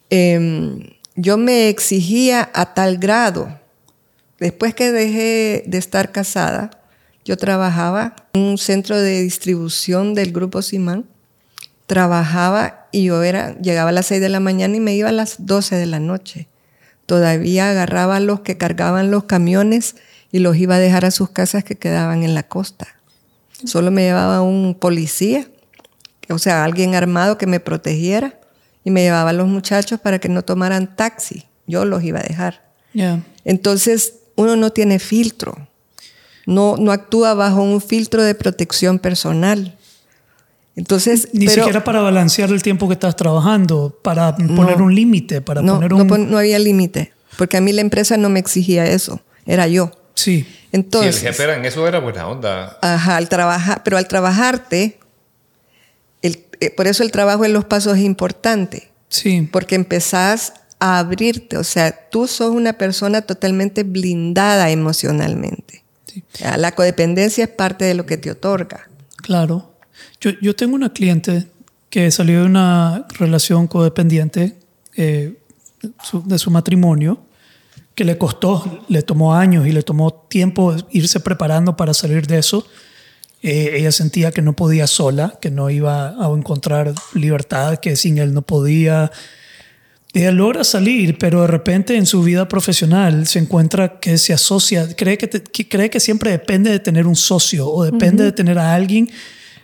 Speaker 1: Em, yo me exigía a tal grado. Después que dejé de estar casada, yo trabajaba en un centro de distribución del grupo Simán. Trabajaba y yo era, llegaba a las 6 de la mañana y me iba a las 12 de la noche. Todavía agarraba a los que cargaban los camiones y los iba a dejar a sus casas que quedaban en la costa. Solo me llevaba un policía o sea, alguien armado que me protegiera y me llevaba a los muchachos para que no tomaran taxi. Yo los iba a dejar.
Speaker 3: ya,
Speaker 1: Entonces, uno no tiene filtro. No, no actúa bajo un filtro de protección personal. Entonces,
Speaker 3: Ni
Speaker 1: pero-
Speaker 3: siquiera para balancear el tiempo que estás trabajando, para poner un límite, para
Speaker 1: no,
Speaker 3: poner
Speaker 1: no
Speaker 3: un...
Speaker 1: pon- no había límite, porque a mí la empresa no me exigía eso, era yo.
Speaker 3: Sí,
Speaker 2: Sí, el
Speaker 1: Entonces,
Speaker 2: jefe era en eso era buena onda.
Speaker 1: Ajá, al trabajar, pero al trabajarte, el- eh, por eso el trabajo en los pasos es importante.
Speaker 3: sí,
Speaker 1: porque empezás a abrirte, o sea, tú sos una persona totalmente blindada emocionalmente.
Speaker 3: sí.
Speaker 1: Ya, La codependencia es parte de lo que te otorga.
Speaker 3: Claro. Yo, yo tengo una cliente que salió de una relación codependiente eh, su- de su matrimonio, que le costó, le tomó años y le tomó tiempo irse preparando para salir de eso. Eh, ella sentía que no podía sola, que no iba a encontrar libertad, que sin él no podía. Ella logra salir, pero de repente en su vida profesional se encuentra que se asocia, cree que, te- que- cree que siempre depende de tener un socio o depende de tener a alguien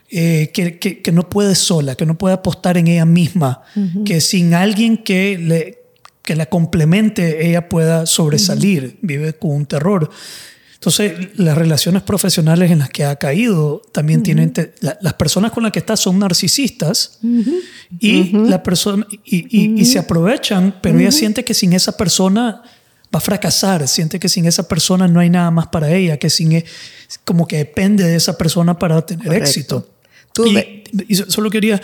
Speaker 3: eh, que, que- que no puede sola, que no puede apostar en ella misma, que sin alguien que, le, que la complemente ella pueda sobresalir, vive con un terror. Entonces, las relaciones profesionales en las que ha caído también tienen. te- la- las personas con las que está son narcisistas y, la persona, y, y- y se aprovechan, pero ella siente que sin esa persona va a fracasar, siente que sin esa persona no hay nada más para ella, que sin. e- como que depende de esa persona para tener
Speaker 1: Correcto.
Speaker 3: éxito.
Speaker 1: Tú
Speaker 3: Y-
Speaker 1: ve-
Speaker 3: y so- solo quería.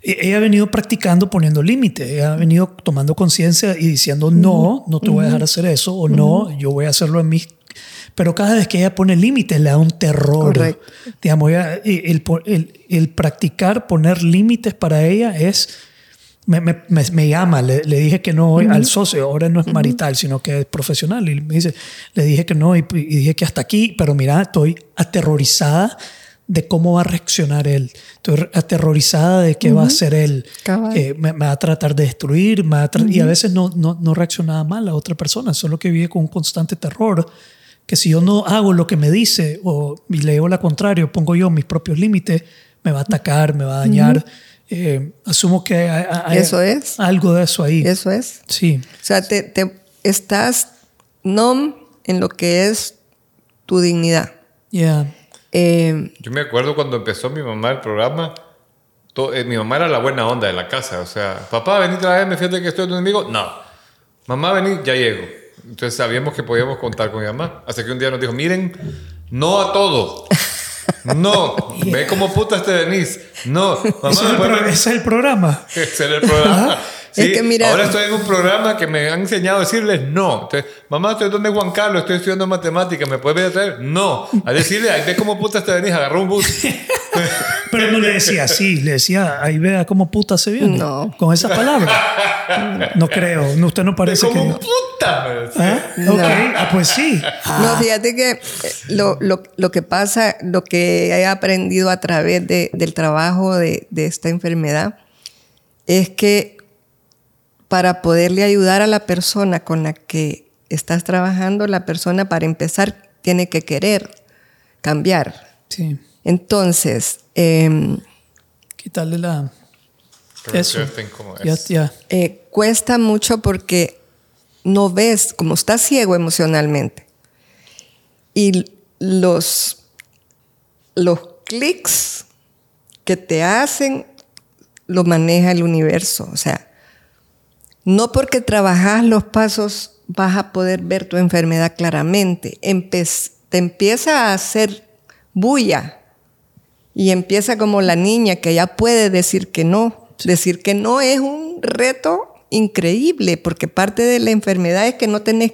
Speaker 3: e- Ella ha venido practicando poniendo límites, ella ha venido tomando conciencia y diciendo no, no te voy a dejar hacer eso o no, yo voy a hacerlo en mis. Pero cada vez que ella pone límites le da un terror.
Speaker 1: Correcto.
Speaker 3: Digamos, ella- e, el, el- el- el practicar poner límites para ella es. Me, me- me- me llama, le, le dije que no hoy al socio, ahora no es marital, sino que es profesional. Y me dice, le dije que no y, y dije que hasta aquí, pero mira, estoy aterrorizada de cómo va a reaccionar él. Estoy re- aterrorizada de qué va a hacer él.
Speaker 1: Cabal.
Speaker 3: Eh, me, me va a tratar de destruir, me va a tra- y a veces no, no, no reaccionaba mal a otra persona, solo que vive con un constante terror que si yo no hago lo que me dice o y le digo lo contrario, pongo yo mis propios límites, me va a atacar, me va a dañar. Eh, asumo que hay, hay-
Speaker 1: Eso es.
Speaker 3: algo de eso ahí.
Speaker 1: Eso es.
Speaker 3: Sí,
Speaker 1: O sea, te, te- estás nom en lo que es tu dignidad.
Speaker 3: yeah.
Speaker 1: Eh,
Speaker 2: Yo me acuerdo cuando empezó mi mamá el programa. to- eh, mi mamá era la buena onda de la casa. O sea, papá, vení a me fíjate que estoy tu enemigo. No. Mamá, vení, ya llego. Entonces sabíamos que podíamos contar con mi mamá. Hasta que un día nos dijo, miren, no a todo. No, ve cómo putas te venís. No, mamá,
Speaker 3: Ese es el
Speaker 2: bueno,
Speaker 3: pro- ese es el programa.
Speaker 2: ese era el programa. Sí,
Speaker 1: Es que mira-
Speaker 2: ahora estoy en un programa que me han enseñado a decirles no. Entonces, mamá, estoy donde Juan Carlos, estoy estudiando matemáticas, ¿me puedes venir a traer? No. A decirle, ay, ve cómo putas te venís, agarró un bus.
Speaker 3: Pero no le decía así, le decía, ahí vea cómo puta se viene.
Speaker 1: No.
Speaker 3: Con esas palabras. No creo, no, usted no parece
Speaker 2: Ve
Speaker 3: que...
Speaker 2: cómo putas.
Speaker 3: ¿Ah?
Speaker 1: No.
Speaker 3: Ok, ah, pues sí.
Speaker 1: No, fíjate que eh, lo, lo- lo que pasa, lo que he aprendido a través de- del trabajo de, de esta enfermedad, es que para poderle ayudar a la persona con la que estás trabajando, la persona para empezar tiene que querer cambiar.
Speaker 3: Sí,
Speaker 1: Entonces, em,
Speaker 3: quitarle la...
Speaker 2: Pero
Speaker 3: Eso.
Speaker 2: fíjate cómo es.
Speaker 3: Ya, ya.
Speaker 1: Eh, cuesta mucho porque no ves, como estás ciego emocionalmente. Y l- los, los clics que te hacen lo maneja el universo. O sea, no porque trabajas los pasos vas a poder ver tu enfermedad claramente. Empe te empieza a hacer bulla y empieza como la niña que ya puede decir que no. Sí. Decir que no es un reto increíble porque parte de la enfermedad es que no tenés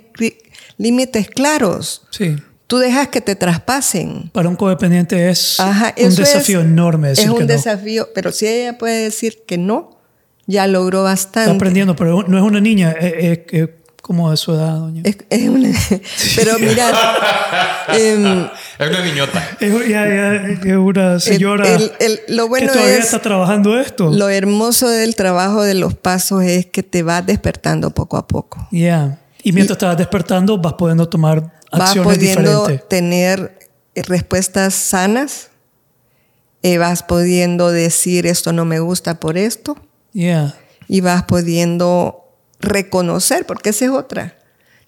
Speaker 1: límites claros.
Speaker 3: Sí.
Speaker 1: Tú dejas que te traspasen.
Speaker 3: Para un codependiente es Ajá, un desafío
Speaker 1: es,
Speaker 3: enorme.
Speaker 1: Decir es un
Speaker 3: que no.
Speaker 1: desafío, pero si ella puede decir que no, ya logró bastante.
Speaker 3: Está aprendiendo, pero no es una niña, es, es, es como de su edad, doña.
Speaker 1: Una, pero mira. em,
Speaker 2: eh, es una niñota.
Speaker 3: Es, ya, ya, una señora
Speaker 1: el, el, el, lo bueno
Speaker 3: que todavía
Speaker 1: es,
Speaker 3: está trabajando esto.
Speaker 1: Lo hermoso del trabajo de los pasos es que te vas despertando poco a poco.
Speaker 3: Ya. Yeah. Y mientras y, te vas despertando, vas pudiendo tomar acciones
Speaker 1: vas pudiendo
Speaker 3: diferentes.
Speaker 1: tener respuestas sanas. Eh, vas pudiendo decir esto no me gusta por esto.
Speaker 3: Yeah.
Speaker 1: Y vas pudiendo reconocer, porque esa es otra.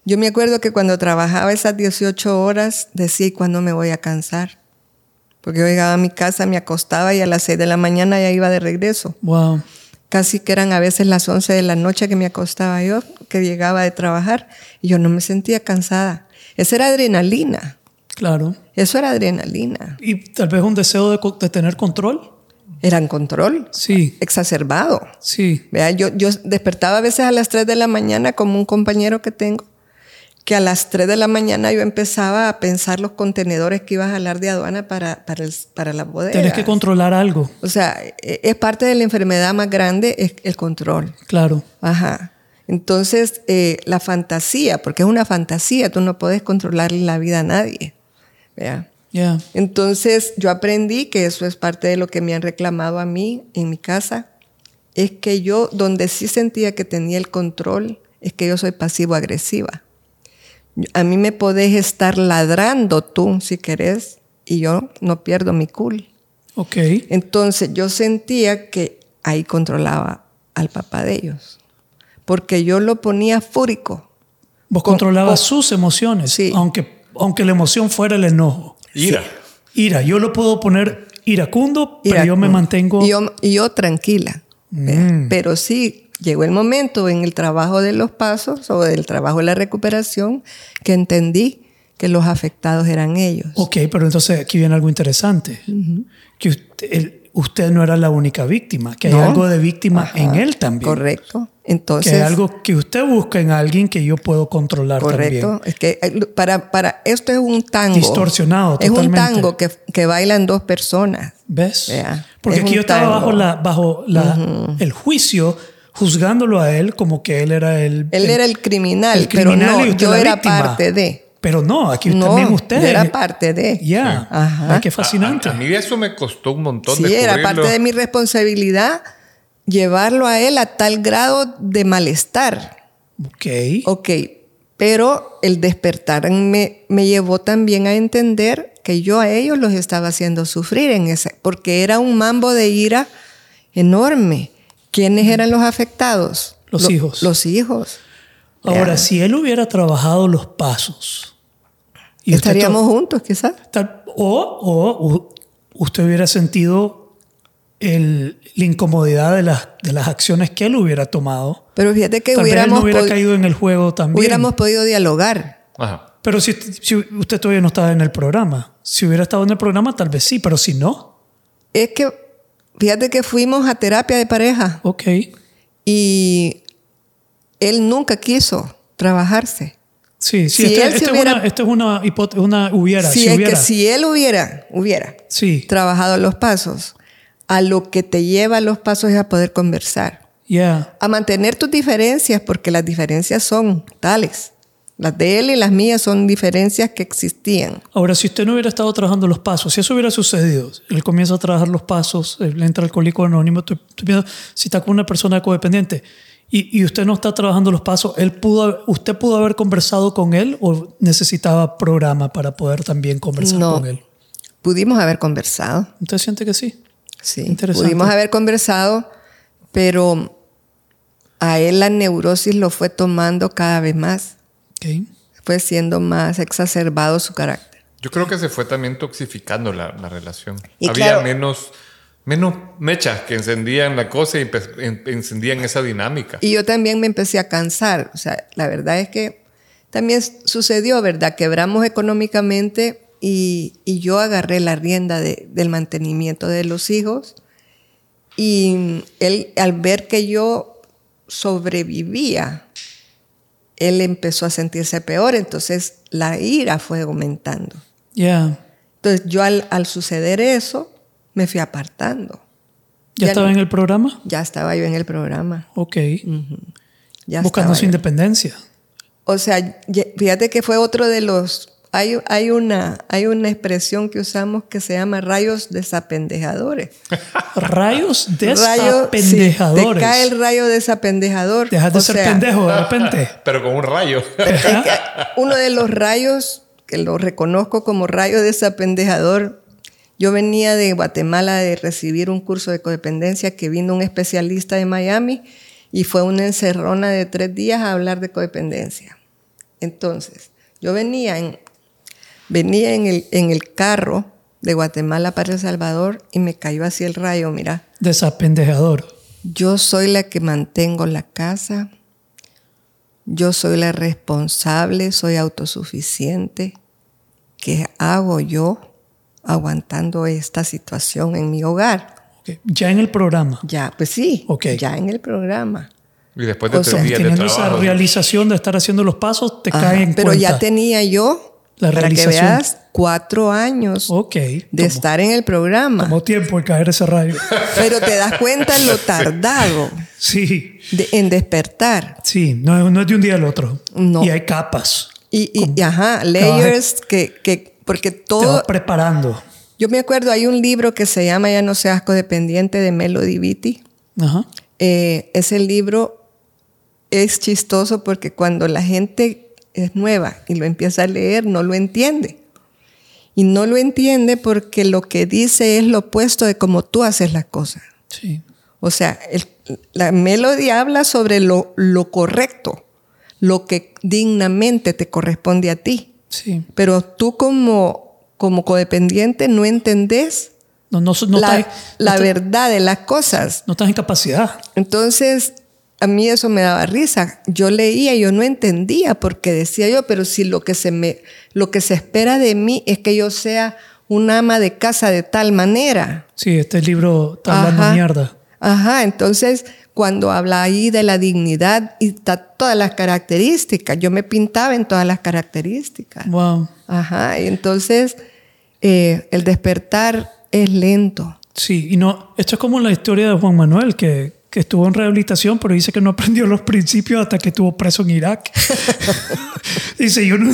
Speaker 1: Yo me acuerdo que cuando trabajaba esas 18 horas, decía, ¿y cuándo me voy a cansar? Porque yo llegaba a mi casa, me acostaba y a las 6 de la mañana ya iba de regreso.
Speaker 3: Wow.
Speaker 1: Casi que eran a veces las 11 de la noche que me acostaba yo, que llegaba de trabajar, y yo no me sentía cansada. Esa era adrenalina.
Speaker 3: Claro.
Speaker 1: Eso era adrenalina.
Speaker 3: Y tal vez un deseo de, de tener control
Speaker 1: eran control
Speaker 3: sí.
Speaker 1: exacerbado.
Speaker 3: Sí.
Speaker 1: ¿Vea? Yo, yo despertaba a veces a las 3 de la mañana como un compañero que tengo, que a las 3 de la mañana yo empezaba a pensar los contenedores que iba a jalar de aduana para, para, el, para la bodega.
Speaker 3: Tienes que controlar algo.
Speaker 1: O sea, e, es parte de la enfermedad más grande, es el control.
Speaker 3: Claro.
Speaker 1: Ajá. Entonces, eh, la fantasía, porque es una fantasía, tú no puedes controlar la vida a nadie. ¿Vea?
Speaker 3: Yeah.
Speaker 1: Entonces yo aprendí que eso es parte de lo que me han reclamado a mí en mi casa, es que yo donde sí sentía que tenía el control, es que yo soy pasivo-agresiva. A mí me podés estar ladrando tú si querés y yo no pierdo mi cool.
Speaker 3: Ok.
Speaker 1: Entonces yo sentía que ahí controlaba al papá de ellos, porque yo lo ponía fúrico.
Speaker 3: Vos Con, controlabas oh, sus emociones,
Speaker 1: sí.
Speaker 3: aunque, aunque la emoción fuera el enojo.
Speaker 2: Ira.
Speaker 3: Sí. Ira. Yo lo puedo poner iracundo, iracundo. pero yo me mantengo.
Speaker 1: Y mm, yo, yo, tranquila. Mm. Pero sí, llegó el momento en el trabajo de los pasos o del trabajo de la recuperación que entendí que los afectados eran ellos.
Speaker 3: Ok, pero entonces aquí viene algo interesante. Uh -huh. Que usted, el, usted, no era la única víctima, que hay no. algo de víctima Ajá. en él también.
Speaker 1: Correcto. Entonces,
Speaker 3: que hay algo que usted busca en alguien que yo puedo controlar
Speaker 1: correcto.
Speaker 3: También.
Speaker 1: Es que eh, para, para esto es un tango.
Speaker 3: Distorsionado,
Speaker 1: Es
Speaker 3: totalmente.
Speaker 1: un tango que, que, bailan dos personas.
Speaker 3: ¿Ves?
Speaker 1: Vea,
Speaker 3: Porque
Speaker 1: es
Speaker 3: aquí
Speaker 1: un
Speaker 3: yo estaba
Speaker 1: tango.
Speaker 3: bajo, la, bajo la,
Speaker 1: Uh -huh.
Speaker 3: el juicio juzgándolo a él como que él era el...
Speaker 1: Él era el criminal,
Speaker 3: el criminal
Speaker 1: pero no,
Speaker 3: y usted
Speaker 1: yo
Speaker 3: la
Speaker 1: era
Speaker 3: víctima.
Speaker 1: parte de.
Speaker 3: Pero no, aquí
Speaker 1: No,
Speaker 3: también usted...
Speaker 1: yo era parte de.
Speaker 3: Ya, Ay, qué fascinante.
Speaker 2: A, a mí eso me costó un montón
Speaker 1: Sí,
Speaker 2: descubrirlo.
Speaker 1: era parte de mi responsabilidad llevarlo a él a tal grado de malestar.
Speaker 3: ok.
Speaker 1: Ok, pero el despertar me, me llevó también a entender que yo a ellos los estaba haciendo sufrir en esa, porque era un mambo de ira enorme. ¿Quiénes eran los afectados?
Speaker 3: Los
Speaker 1: Lo-
Speaker 3: hijos.
Speaker 1: Los hijos.
Speaker 3: Ahora,
Speaker 1: Ya.
Speaker 3: si él hubiera trabajado los pasos... y usted to-
Speaker 1: Estaríamos juntos, quizás.
Speaker 3: Tal- o, o u- usted hubiera sentido el- la incomodidad de las, de las acciones que él hubiera tomado.
Speaker 1: Pero fíjate que
Speaker 3: Tal vez él no
Speaker 1: hubiéramos,
Speaker 3: hubiera
Speaker 1: pod-
Speaker 3: caído en el juego también.
Speaker 1: hubiéramos podido dialogar.
Speaker 2: Ajá.
Speaker 3: Pero si, si usted todavía no estaba en el programa. Si hubiera estado en el programa, tal vez sí, pero si no,
Speaker 1: Es que, fíjate que fuimos a terapia de pareja
Speaker 3: ok.
Speaker 1: y él nunca quiso trabajarse.
Speaker 3: Sí, sí,
Speaker 1: Si
Speaker 3: este-
Speaker 1: él se
Speaker 3: este es
Speaker 1: hubiera-
Speaker 3: una- esto es una hipótesis, una hubiera,
Speaker 1: si,
Speaker 3: si
Speaker 1: es
Speaker 3: hubiera.
Speaker 1: que si él hubiera, hubiera
Speaker 3: Sí,
Speaker 1: trabajado los pasos, a lo que te lleva los pasos es a poder conversar,
Speaker 3: yeah.
Speaker 1: a mantener tus diferencias, porque las diferencias son tales. Las de él y las mías son diferencias que existían.
Speaker 3: Ahora, si usted no hubiera estado trabajando los pasos, si eso hubiera sucedido, él comienza a trabajar los pasos, él entra al alcohólico anónimo, estoy- estoy viendo, si está con una persona codependiente y, y usted no está trabajando los pasos, él pudo, haber- ¿usted pudo haber conversado con él o necesitaba programa para poder también conversar
Speaker 1: No.
Speaker 3: con él?
Speaker 1: Pudimos haber conversado.
Speaker 3: ¿Usted siente que sí?
Speaker 1: Sí,
Speaker 3: Interesante.
Speaker 1: pudimos haber conversado, pero a él la neurosis lo fue tomando cada vez más,
Speaker 3: Ok.
Speaker 1: fue pues, siendo más exacerbado su carácter.
Speaker 2: Yo creo que se fue también toxificando la, la relación.
Speaker 1: Y
Speaker 2: Había
Speaker 1: claro-
Speaker 2: menos, menos mechas que encendían la cosa y empe- en- encendían esa dinámica.
Speaker 1: Y yo también me empecé a cansar, o sea, la verdad es que también sucedió, ¿verdad? Quebramos económicamente y, y yo agarré la rienda de- del mantenimiento de los hijos. Y él, al ver que yo sobrevivía, él empezó a sentirse peor, entonces la ira fue aumentando.
Speaker 3: Ya.
Speaker 1: Entonces yo al, al suceder eso, me fui apartando. Ya
Speaker 3: ¿Ya estaba
Speaker 1: no.
Speaker 3: en el programa?
Speaker 1: Ya estaba yo en el programa.
Speaker 3: Ok.
Speaker 1: Ya
Speaker 3: Buscando
Speaker 1: estaba
Speaker 3: su
Speaker 1: yo.
Speaker 3: independencia.
Speaker 1: O sea, ye- fíjate que fue otro de los... Hay, hay, una, hay una expresión que usamos que se llama rayos desapendejadores.
Speaker 3: Rayos
Speaker 1: Rayo- sí, te
Speaker 3: desapendejadores.
Speaker 1: cae el rayo desapendejador.
Speaker 3: Dejas de
Speaker 1: O
Speaker 3: ser
Speaker 1: sea,
Speaker 3: pendejo de repente.
Speaker 2: Pero con un rayo.
Speaker 1: es que uno de los rayos, que lo reconozco como rayo desapendejador, yo venía de Guatemala de recibir un curso de codependencia que vino un especialista de Miami y fue una encerrona de tres días a hablar de codependencia. Entonces, yo venía en, venía en, el, en el carro de Guatemala para El Salvador y me cayó así el rayo, mira.
Speaker 3: Desapendejador.
Speaker 1: Yo soy la que mantengo la casa. Yo soy la responsable, soy autosuficiente. ¿Qué hago yo aguantando esta situación en mi hogar?
Speaker 3: Ok. Ya en el programa.
Speaker 1: Ya, pues sí,
Speaker 3: Ok.
Speaker 1: ya en el programa.
Speaker 2: Y después de
Speaker 1: O sea,
Speaker 2: tres días de
Speaker 3: Teniendo esa
Speaker 2: trabajo.
Speaker 3: realización de estar haciendo los pasos, te
Speaker 1: Ajá,
Speaker 3: cae en
Speaker 1: pero
Speaker 3: cuenta.
Speaker 1: ya tenía yo,
Speaker 3: La
Speaker 1: para que
Speaker 3: realización. Oh,
Speaker 1: veas, cuatro años
Speaker 3: Ok.
Speaker 1: de
Speaker 3: tomó-
Speaker 1: estar en el programa.
Speaker 3: tomó tiempo de caer ese rayo.
Speaker 1: Pero te das cuenta lo tardado
Speaker 3: Sí.
Speaker 1: de- en despertar.
Speaker 3: Sí. No, no es de un día al otro.
Speaker 1: No.
Speaker 3: Y hay capas.
Speaker 1: Y, y- y ajá, layers que, que porque
Speaker 3: Te
Speaker 1: todo,
Speaker 3: vas preparando.
Speaker 1: Yo me acuerdo, hay un libro que se llama Ya no seas codependiente de Melody Beatty.
Speaker 3: Ajá.
Speaker 1: Eh, ese libro es chistoso porque cuando la gente es nueva y lo empieza a leer, no lo entiende. Y no lo entiende porque lo que dice es lo opuesto de cómo tú haces las cosas.
Speaker 3: Sí.
Speaker 1: O sea, el- la Melody habla sobre lo, lo correcto, lo que dignamente te corresponde a ti.
Speaker 3: Sí.
Speaker 1: Pero tú como, como codependiente no entendés
Speaker 3: No, no, no,
Speaker 1: la,
Speaker 3: estás,
Speaker 1: la
Speaker 3: no, estás-
Speaker 1: verdad de las cosas.
Speaker 3: no estás en capacidad.
Speaker 1: Entonces, a mí eso me daba risa. Yo leía, y yo no entendía porque decía yo, pero si lo que se me lo que se espera de mí es que yo sea una ama de casa de tal manera.
Speaker 3: Sí, este libro está hablando
Speaker 1: Ajá.
Speaker 3: mierda.
Speaker 1: Ajá, entonces cuando habla ahí de la dignidad y está todas las características, yo me pintaba en todas las características.
Speaker 3: Wow.
Speaker 1: Ajá, y entonces eh, el despertar es lento.
Speaker 3: Sí, y no, esto es como la historia de Juan Manuel, que, que estuvo en rehabilitación, pero dice que no aprendió los principios hasta que estuvo preso en Irak. dice, yo, no,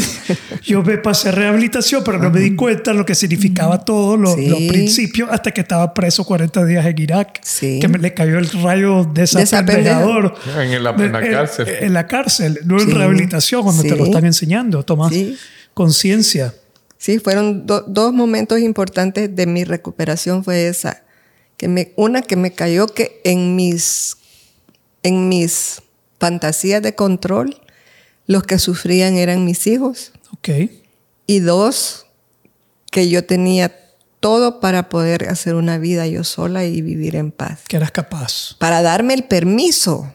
Speaker 3: yo me pasé rehabilitación, pero no me di cuenta lo que significaba todo, lo-
Speaker 1: Sí.
Speaker 3: los principios, hasta que estaba preso 40 días en Irak,
Speaker 1: Sí.
Speaker 3: que me, le cayó el rayo desapendejador.
Speaker 2: En la- en la cárcel.
Speaker 3: eh, En la cárcel, no en
Speaker 1: Sí.
Speaker 3: rehabilitación, cuando te lo
Speaker 1: Sí.
Speaker 3: están enseñando, tomas
Speaker 1: Sí.
Speaker 3: conciencia.
Speaker 1: Sí, fueron do- dos momentos importantes de mi recuperación fue esa. Que me, una que me cayó que en mis, en mis fantasías de control los que sufrían eran mis hijos.
Speaker 3: Ok,
Speaker 1: Y dos, que yo tenía todo para poder hacer una vida yo sola y vivir en paz.
Speaker 3: que eras capaz.
Speaker 1: Para darme el permiso.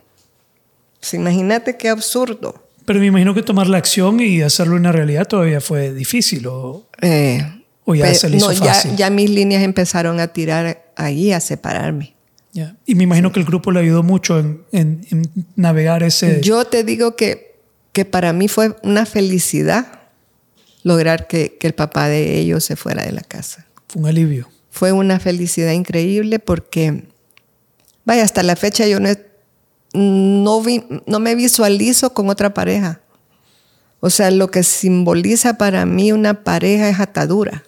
Speaker 1: Pues imagínate qué absurdo.
Speaker 3: Pero me imagino que tomar la acción y hacerlo una realidad todavía fue difícil. O,
Speaker 1: Eh,
Speaker 3: O ya
Speaker 1: pe-
Speaker 3: se le hizo
Speaker 1: ya-
Speaker 3: fácil.
Speaker 1: ya mis líneas empezaron a tirar ahí, a separarme.
Speaker 3: ya. Y me imagino que el grupo le ayudó mucho en, en- en navegar ese...
Speaker 1: Yo te digo que, que para mí fue una felicidad lograr que, que el papá de ellos se fuera de la casa.
Speaker 3: Fue un alivio.
Speaker 1: Fue una felicidad increíble porque, vaya, hasta la fecha yo no, he- no, vi- no me visualizo con otra pareja. O sea, lo que simboliza para mí una pareja es atadura,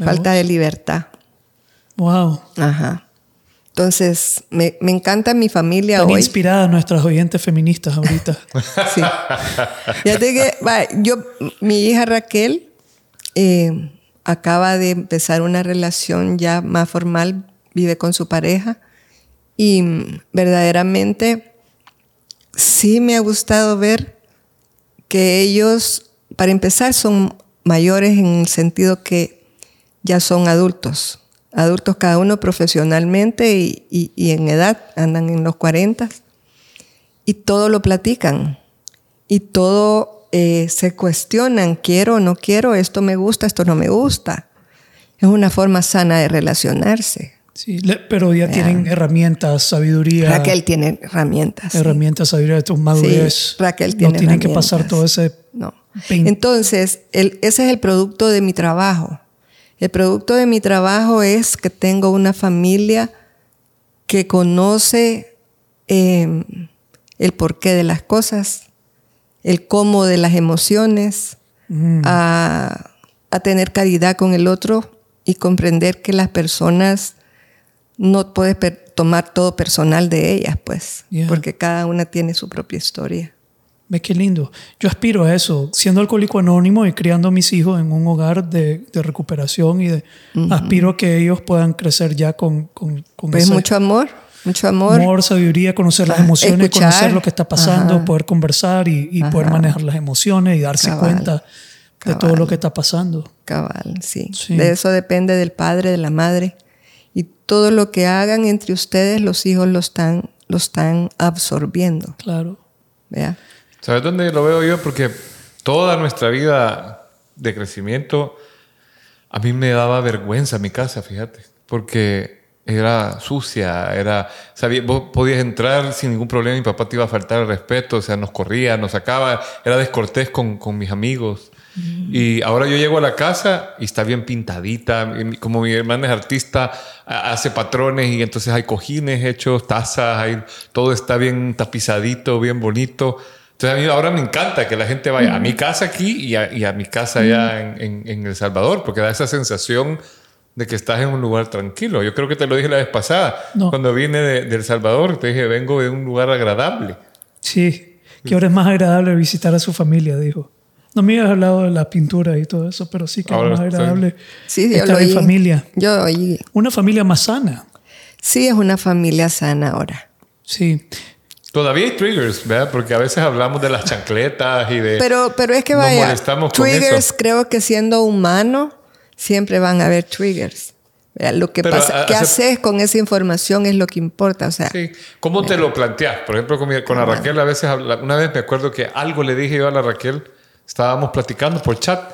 Speaker 3: Ah,
Speaker 1: falta de libertad.
Speaker 3: Wow.
Speaker 1: Ajá. Entonces, me, me encanta mi familia
Speaker 3: Están
Speaker 1: hoy.
Speaker 3: inspiradas nuestras oyentes feministas ahorita.
Speaker 1: Sí. Fíjate que, va, yo, mi hija Raquel eh, acaba de empezar una relación ya más formal, vive con su pareja y mm, verdaderamente sí me ha gustado ver que ellos, para empezar, son mayores en el sentido que ya son adultos. Adultos cada uno profesionalmente y, y- y en edad, andan en los 40 y todo lo platican y todo eh, se cuestionan, quiero o no quiero, esto me gusta, esto no me gusta. Es una forma sana de relacionarse.
Speaker 3: Sí, le- pero ya tienen herramientas, sabiduría.
Speaker 1: Raquel tiene herramientas. sí.
Speaker 3: Herramientas, sabiduría, tu madurez.
Speaker 1: Sí, Raquel
Speaker 3: No
Speaker 1: tiene
Speaker 3: tienen que pasar
Speaker 1: herramientas.
Speaker 3: todo ese.
Speaker 1: No.
Speaker 3: Vein-
Speaker 1: Entonces, el- ese es el producto de mi trabajo. El producto de mi trabajo es que tengo una familia que conoce eh, el porqué de las cosas, el cómo de las emociones,
Speaker 3: Mm,
Speaker 1: a, a tener caridad con el otro y comprender que las personas no puedes per- tomar todo personal de ellas, pues,
Speaker 3: Yeah.
Speaker 1: porque cada una tiene su propia historia.
Speaker 3: Ve qué lindo. Yo aspiro a eso, siendo alcohólico anónimo y criando a mis hijos en un hogar de, de recuperación y de. Aspiro a que ellos puedan crecer ya con, con, con
Speaker 1: Pues
Speaker 3: ese
Speaker 1: mucho amor, mucho amor.
Speaker 3: amor, sabiduría, conocer las
Speaker 1: Ah,
Speaker 3: emociones,
Speaker 1: escuchar.
Speaker 3: conocer lo que está pasando,
Speaker 1: Ajá.
Speaker 3: poder conversar y, y poder manejar las emociones y darse
Speaker 1: Cabal.
Speaker 3: cuenta de todo
Speaker 1: Cabal.
Speaker 3: lo que está pasando.
Speaker 1: Cabal, sí.
Speaker 3: Sí.
Speaker 1: De eso depende del padre, de la madre. Y todo lo que hagan entre ustedes, los hijos lo están, lo están absorbiendo.
Speaker 3: Claro.
Speaker 1: ¿vea?
Speaker 2: ¿Sabes dónde lo veo yo? Porque toda nuestra vida de crecimiento a mí me daba vergüenza mi casa, fíjate, porque era sucia, era sabía, vos podías entrar sin ningún problema, mi papá te iba a faltar el respeto, o sea, nos corría, nos sacaba, era descortés con, con mis amigos. Y ahora yo llego a la casa y está bien pintadita, y mi- como mi hermana es artista, a- hace patrones y entonces hay cojines hechos, tazas, hay- todo está bien tapizadito, bien bonito. Entonces a mí ahora me encanta que la gente vaya a mi casa aquí y a, y a mi casa allá en, en- en El Salvador, porque da esa sensación de que estás en un lugar tranquilo. Yo creo que te lo dije la vez pasada,
Speaker 3: No.
Speaker 2: cuando vine de, de El Salvador, te dije, vengo de un lugar agradable.
Speaker 3: Sí, que ahora es más agradable visitar a su familia, dijo. No me habías hablado de la pintura y todo eso, pero sí que
Speaker 2: Ahora
Speaker 3: es más
Speaker 2: estoy-
Speaker 3: agradable
Speaker 1: Sí, yo
Speaker 3: estar
Speaker 1: lo
Speaker 3: en
Speaker 1: oí.
Speaker 3: familia.
Speaker 1: Yo lo oí.
Speaker 3: Una familia más sana.
Speaker 1: Sí, es una familia sana ahora.
Speaker 3: Sí.
Speaker 2: Todavía hay triggers, ¿verdad? Porque a veces hablamos de las chancletas y de...
Speaker 1: Pero, pero es que
Speaker 2: Eh, Nos
Speaker 1: vaya,
Speaker 2: molestamos con
Speaker 1: triggers
Speaker 2: eso.
Speaker 1: creo que siendo humano siempre van a haber triggers. ¿vea? Lo que
Speaker 2: Pero,
Speaker 1: pasa,
Speaker 2: a-
Speaker 1: qué
Speaker 2: hace-
Speaker 1: haces con esa información es lo que importa. O sea,
Speaker 2: Sí. ¿Cómo te lo planteas? Por ejemplo, con, mi- con la Raquel, a veces, habla- una vez me acuerdo que algo le dije yo a la Raquel, estábamos platicando por chat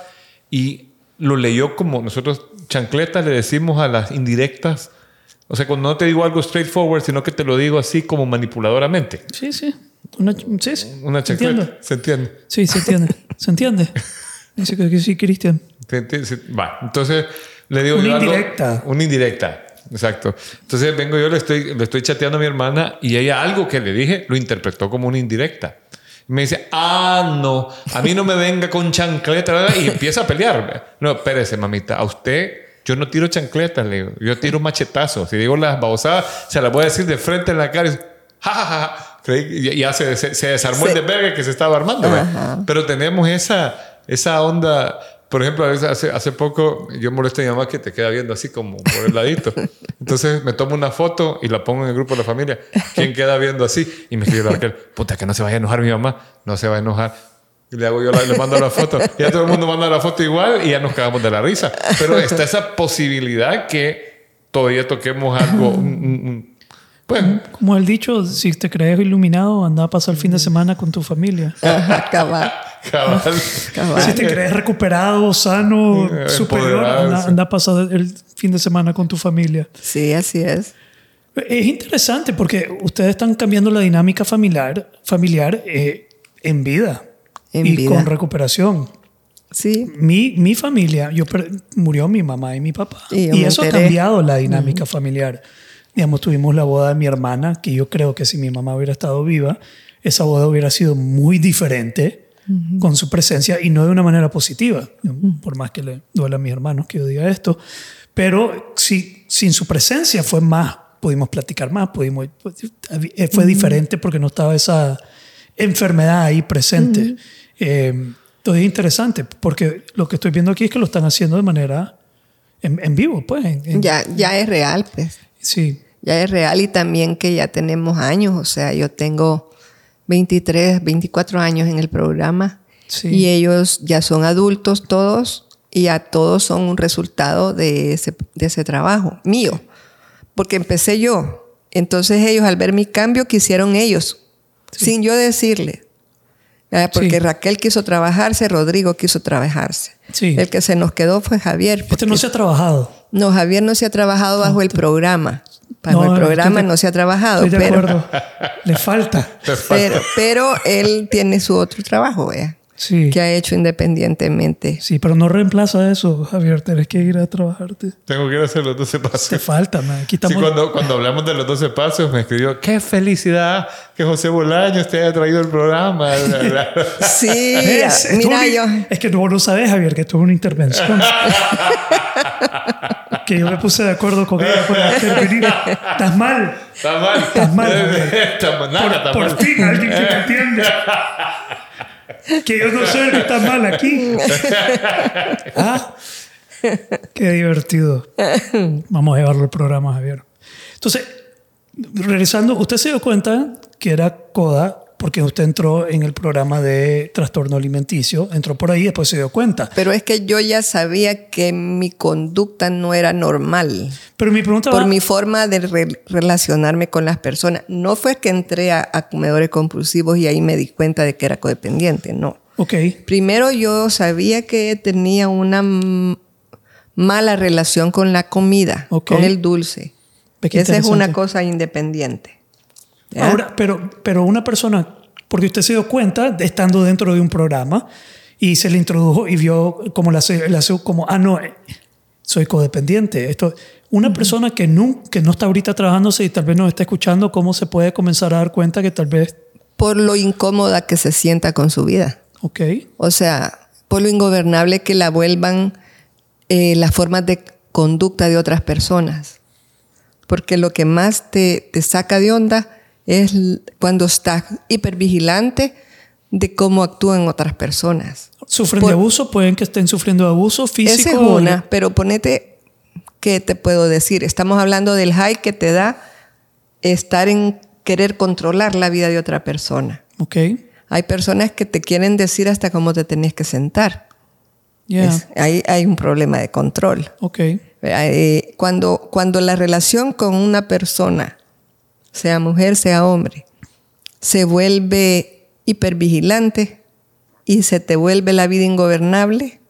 Speaker 2: y lo leyó como nosotros, chancletas, le decimos a las indirectas. O sea, cuando no te digo algo straightforward, sino que te lo digo así como manipuladoramente.
Speaker 3: Sí, sí. Una, sí, sí.
Speaker 2: Una
Speaker 3: ¿Se
Speaker 2: chancleta.
Speaker 3: entiende?
Speaker 2: ¿Se entiende?
Speaker 3: Sí, se entiende. ¿Se entiende? Dice que que sí, Cristian.
Speaker 2: ¿Se entiende? Sí. Va. Entonces le digo
Speaker 3: Una
Speaker 2: yo algo-
Speaker 3: indirecta.
Speaker 2: una indirecta. Exacto. Entonces vengo yo, le estoy, le estoy chateando a mi hermana y ella algo que le dije lo interpretó como una indirecta. Y me dice, ah, no, a mí no me venga con chancleta. bla, bla, Y empieza a pelear. No, espérese, mamita, a usted yo no tiro chancletas, le digo, yo tiro machetazos. Si digo las babosadas, se las voy a decir de frente en la cara. Y, dice, "Ja, ja, ja, ja". Creí- y ya se, se- se desarmó el
Speaker 1: Se-
Speaker 2: desvergue que se estaba armando. ¿verdad?
Speaker 1: Ajá.
Speaker 2: Pero tenemos esa, esa onda. Por ejemplo, a veces hace, hace poco yo molesto a mi mamá que te queda viendo así como por el ladito. Entonces me tomo una foto y la pongo en el grupo de la familia. ¿Quién queda viendo así? Y me escribe la Raquel, puta, que no se vaya a enojar mi mamá. No se va a enojar. Y le hago yo, la, le mando la foto. Y ya todo el mundo manda la foto igual y ya nos cagamos de la risa. Pero está esa posibilidad que todavía toquemos algo. un- un- un- pues,
Speaker 3: Como el dicho, si te crees iluminado, anda a pasar el fin de semana con tu familia.
Speaker 1: ajá, cabal.
Speaker 2: cabal.
Speaker 1: Cabal.
Speaker 3: Si te crees recuperado, sano,
Speaker 2: Eh,
Speaker 3: superior,
Speaker 2: empoderado,
Speaker 3: anda,
Speaker 2: sí.
Speaker 3: anda a pasar el fin de semana con tu familia.
Speaker 1: Sí, así es.
Speaker 3: Es interesante porque ustedes están cambiando la dinámica familiar, familiar eh, en vida
Speaker 1: En
Speaker 3: y
Speaker 1: vida.
Speaker 3: con recuperación.
Speaker 1: Sí,
Speaker 3: Mi, mi familia, yo per- murió mi mamá y mi papá.
Speaker 1: Y
Speaker 3: Y,
Speaker 1: yo me
Speaker 3: eso ha
Speaker 1: enteré.
Speaker 3: cambiado la dinámica familiar. Digamos, tuvimos la boda de mi hermana, que yo creo que si mi mamá hubiera estado viva, esa boda hubiera sido muy diferente con su presencia y no de una manera positiva, por más que le duela a mis hermanos que yo diga esto. Pero sí, sin su presencia fue más, pudimos platicar más, pudimos, eh, fue diferente porque no estaba esa enfermedad ahí presente. Eh, entonces es interesante porque lo que estoy viendo aquí es que lo están haciendo de manera en, en vivo, pues. en- en-
Speaker 1: ya, ya es real, pues.
Speaker 3: Sí,
Speaker 1: Ya es real y también que ya tenemos años, o sea, yo tengo 23, 24 años en el programa
Speaker 3: Sí.
Speaker 1: y ellos ya son adultos todos y ya todos son un resultado de ese, de ese trabajo mío, porque empecé yo. Entonces ellos al ver mi cambio quisieron ellos, sin yo decirle. ¿verdad? Porque
Speaker 3: Sí.
Speaker 1: Raquel quiso trabajarse, Rodrigo quiso trabajarse.
Speaker 3: Sí.
Speaker 1: El que se nos quedó fue Javier.
Speaker 3: Este no se ha trabajado.
Speaker 1: No, Javier no se ha trabajado bajo el programa. Bajo
Speaker 3: No,
Speaker 1: el programa
Speaker 3: estoy de-
Speaker 1: no se ha trabajado,
Speaker 3: Estoy de
Speaker 1: pero,
Speaker 3: acuerdo. Le falta.
Speaker 2: Te falta.
Speaker 1: pero, pero él tiene su otro trabajo, vea,
Speaker 3: Sí.
Speaker 1: que ha hecho independientemente.
Speaker 3: Sí, pero no reemplaza eso, Javier. Tienes que ir a trabajarte.
Speaker 2: Tengo que ir a hacer los 12
Speaker 3: Te
Speaker 2: pasos.
Speaker 3: falta, man.
Speaker 2: Sí,
Speaker 3: Aquí estamos.
Speaker 2: cuando, cuando hablamos de los 12 pasos, me escribió: ¡Qué felicidad que José Bolaños te haya traído el programa! Bla, bla, bla.
Speaker 1: Sí,
Speaker 3: ¿Ves? Esto Eh, es
Speaker 1: mira
Speaker 3: una-
Speaker 1: yo.
Speaker 3: Es que vos no sabes, Javier, que esto es una intervención. que yo me puse de acuerdo con ella para intervenir. Estás mal.
Speaker 2: Está mal.
Speaker 3: Está mal,
Speaker 2: Está mal. Nada, está
Speaker 3: Por
Speaker 2: mal.
Speaker 3: fin alguien que me entiende. que yo no soy el que está mal aquí. Ah, qué divertido. Vamos a llevarlo al programa, Javier. Entonces, regresando, usted se dio cuenta que era CODA porque usted entró en el programa de trastorno alimenticio, entró por ahí y después se dio cuenta.
Speaker 1: Pero es que yo ya sabía que mi conducta no era normal
Speaker 3: Pero mi pregunta
Speaker 1: por
Speaker 3: va-
Speaker 1: mi forma de re- relacionarme con las personas. No fue que entré a, a comedores compulsivos y ahí me di cuenta de que era codependiente, no.
Speaker 3: Ok,
Speaker 1: Primero yo sabía que tenía una mm, mala relación con la comida,
Speaker 3: Ok.
Speaker 1: con el dulce.
Speaker 3: Ve qué
Speaker 1: Esa es
Speaker 3: interesante.
Speaker 1: una cosa independiente. ¿ya?
Speaker 3: Ahora, pero, pero una persona, porque usted se dio cuenta de- estando dentro de un programa y se le introdujo y vio como la, se- la se- como ah no eh, soy codependiente. Esto una persona que no que no está ahorita trabajándose y tal vez nos está escuchando cómo se puede comenzar a dar cuenta que tal vez
Speaker 1: por lo incómoda que se sienta con su vida.
Speaker 3: ok
Speaker 1: O sea, por lo ingobernable que la vuelvan eh, las formas de conducta de otras personas. Porque lo que más te, te saca de onda es l- cuando estás hipervigilante de cómo actúan otras personas.
Speaker 3: sufren
Speaker 1: Por-
Speaker 3: de abuso, pueden que estén sufriendo de abuso físico.
Speaker 1: Esa es
Speaker 3: o-
Speaker 1: una, pero ponete, ¿qué te puedo decir? Estamos hablando del high que te da estar en querer controlar la vida de otra persona.
Speaker 3: Ok,
Speaker 1: Hay personas que te quieren decir hasta cómo te tenés que sentar.
Speaker 3: ya,
Speaker 1: Es- ahí hay un problema de control.
Speaker 3: ok,
Speaker 1: Eh, cuando, cuando la relación con una persona, sea mujer, sea hombre, se vuelve hipervigilante y se te vuelve la vida ingobernable,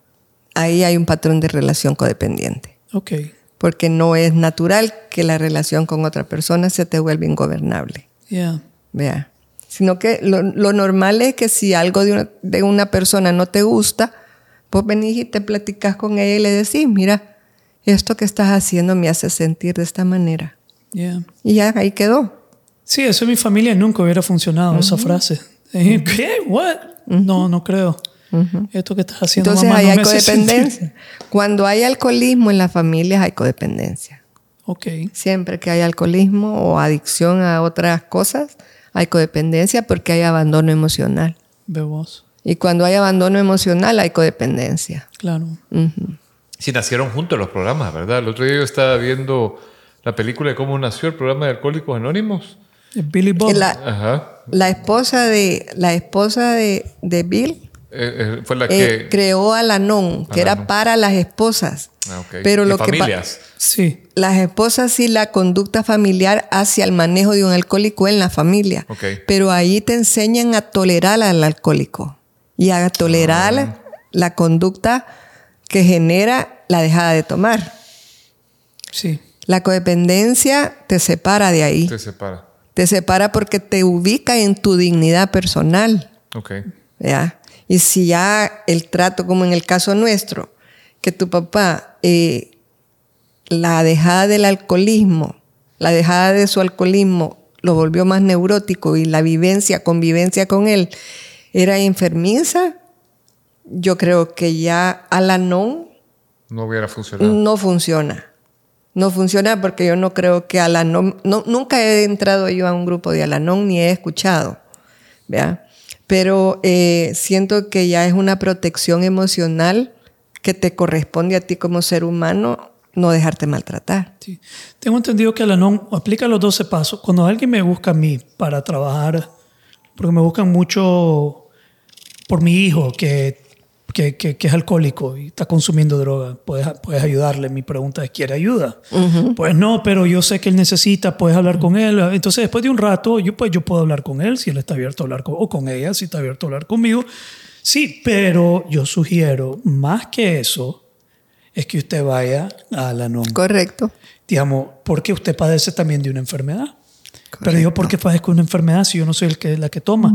Speaker 1: ahí hay un patrón de relación codependiente.
Speaker 3: ok.
Speaker 1: Porque no es natural que la relación con otra persona se te vuelva ingobernable.
Speaker 3: ya.
Speaker 1: Vea. Sino que lo, lo normal es que si algo de una, de una persona no te gusta, vos venís y te platicas con ella y le decís, mira, esto que estás haciendo me hace sentir de esta manera.
Speaker 3: ya.
Speaker 1: Y ya ahí quedó.
Speaker 3: Sí, eso en mi familia nunca hubiera funcionado, esa frase. Eh, ¿Qué? ¿What? No, no creo. Esto que estás haciendo,
Speaker 1: Entonces
Speaker 3: mamá,
Speaker 1: ahí
Speaker 3: no
Speaker 1: hay
Speaker 3: me hace sentir-
Speaker 1: codependencia. Cuando hay alcoholismo en las familias hay codependencia.
Speaker 3: Ok,
Speaker 1: Siempre que hay alcoholismo o adicción a otras cosas, hay codependencia porque hay abandono emocional.
Speaker 3: ve vos.
Speaker 1: Y cuando hay abandono emocional hay codependencia.
Speaker 3: Claro.
Speaker 1: Ujú.
Speaker 2: Sí, nacieron juntos los programas, ¿verdad? El otro día yo estaba viendo la película de cómo nació el programa de Alcohólicos Anónimos.
Speaker 3: Es Billy Bob.
Speaker 1: Eh, La-
Speaker 2: Ajá.
Speaker 1: La esposa de, la esposa de, de Bill
Speaker 2: Eh, eh, fue la
Speaker 1: eh,
Speaker 2: que.
Speaker 1: creó a Lanón, que era
Speaker 2: Alanon.
Speaker 1: para las esposas.
Speaker 2: Ah, ok.
Speaker 1: Pero
Speaker 2: De
Speaker 1: lo que pa-
Speaker 2: familias.
Speaker 3: Sí,
Speaker 1: las esposas y la conducta familiar hacia el manejo de un alcohólico en la familia.
Speaker 2: Ok.
Speaker 1: Pero ahí te enseñan a tolerar al alcohólico y a tolerar
Speaker 2: Ah.
Speaker 1: la conducta que genera la dejada de tomar.
Speaker 3: sí.
Speaker 1: La codependencia te separa de ahí.
Speaker 2: Se separa.
Speaker 1: Te separa porque te ubica en tu dignidad personal.
Speaker 2: Ok.
Speaker 1: ¿ya? Y si ya el trato, como en el caso nuestro, que tu papá, eh, la dejada del alcoholismo, la dejada de su alcoholismo lo volvió más neurótico y la vivencia, convivencia con él era enfermiza, yo creo que ya Alanon
Speaker 2: No hubiera funcionado.
Speaker 1: no funciona. No funciona porque yo no creo que Alanon, no, nunca he entrado yo a un grupo de Alanon ni he escuchado, ¿vea? Pero eh, siento que ya es una protección emocional que te corresponde a ti como ser humano no dejarte maltratar.
Speaker 3: Sí. Tengo entendido que Alanon aplica los 12 pasos. Cuando alguien me busca a mí para trabajar, porque me buscan mucho por mi hijo, que que, que, que es alcohólico y está consumiendo droga, ¿puedes, puedes ayudarle? Mi pregunta es, ¿quiere ayuda? Pues no, pero yo sé que él necesita, puedes hablar con él. Entonces, después de un rato, yo, pues, yo puedo hablar con él si él está abierto a hablar con, o con ella, si está abierto a hablar conmigo. Sí, pero yo sugiero, más que eso, es que usted vaya a la NOM
Speaker 1: Correcto.
Speaker 3: digamos, porque usted padece también de una enfermedad. Pero digo, ¿por qué padezco una enfermedad si yo no soy el que, la que toma?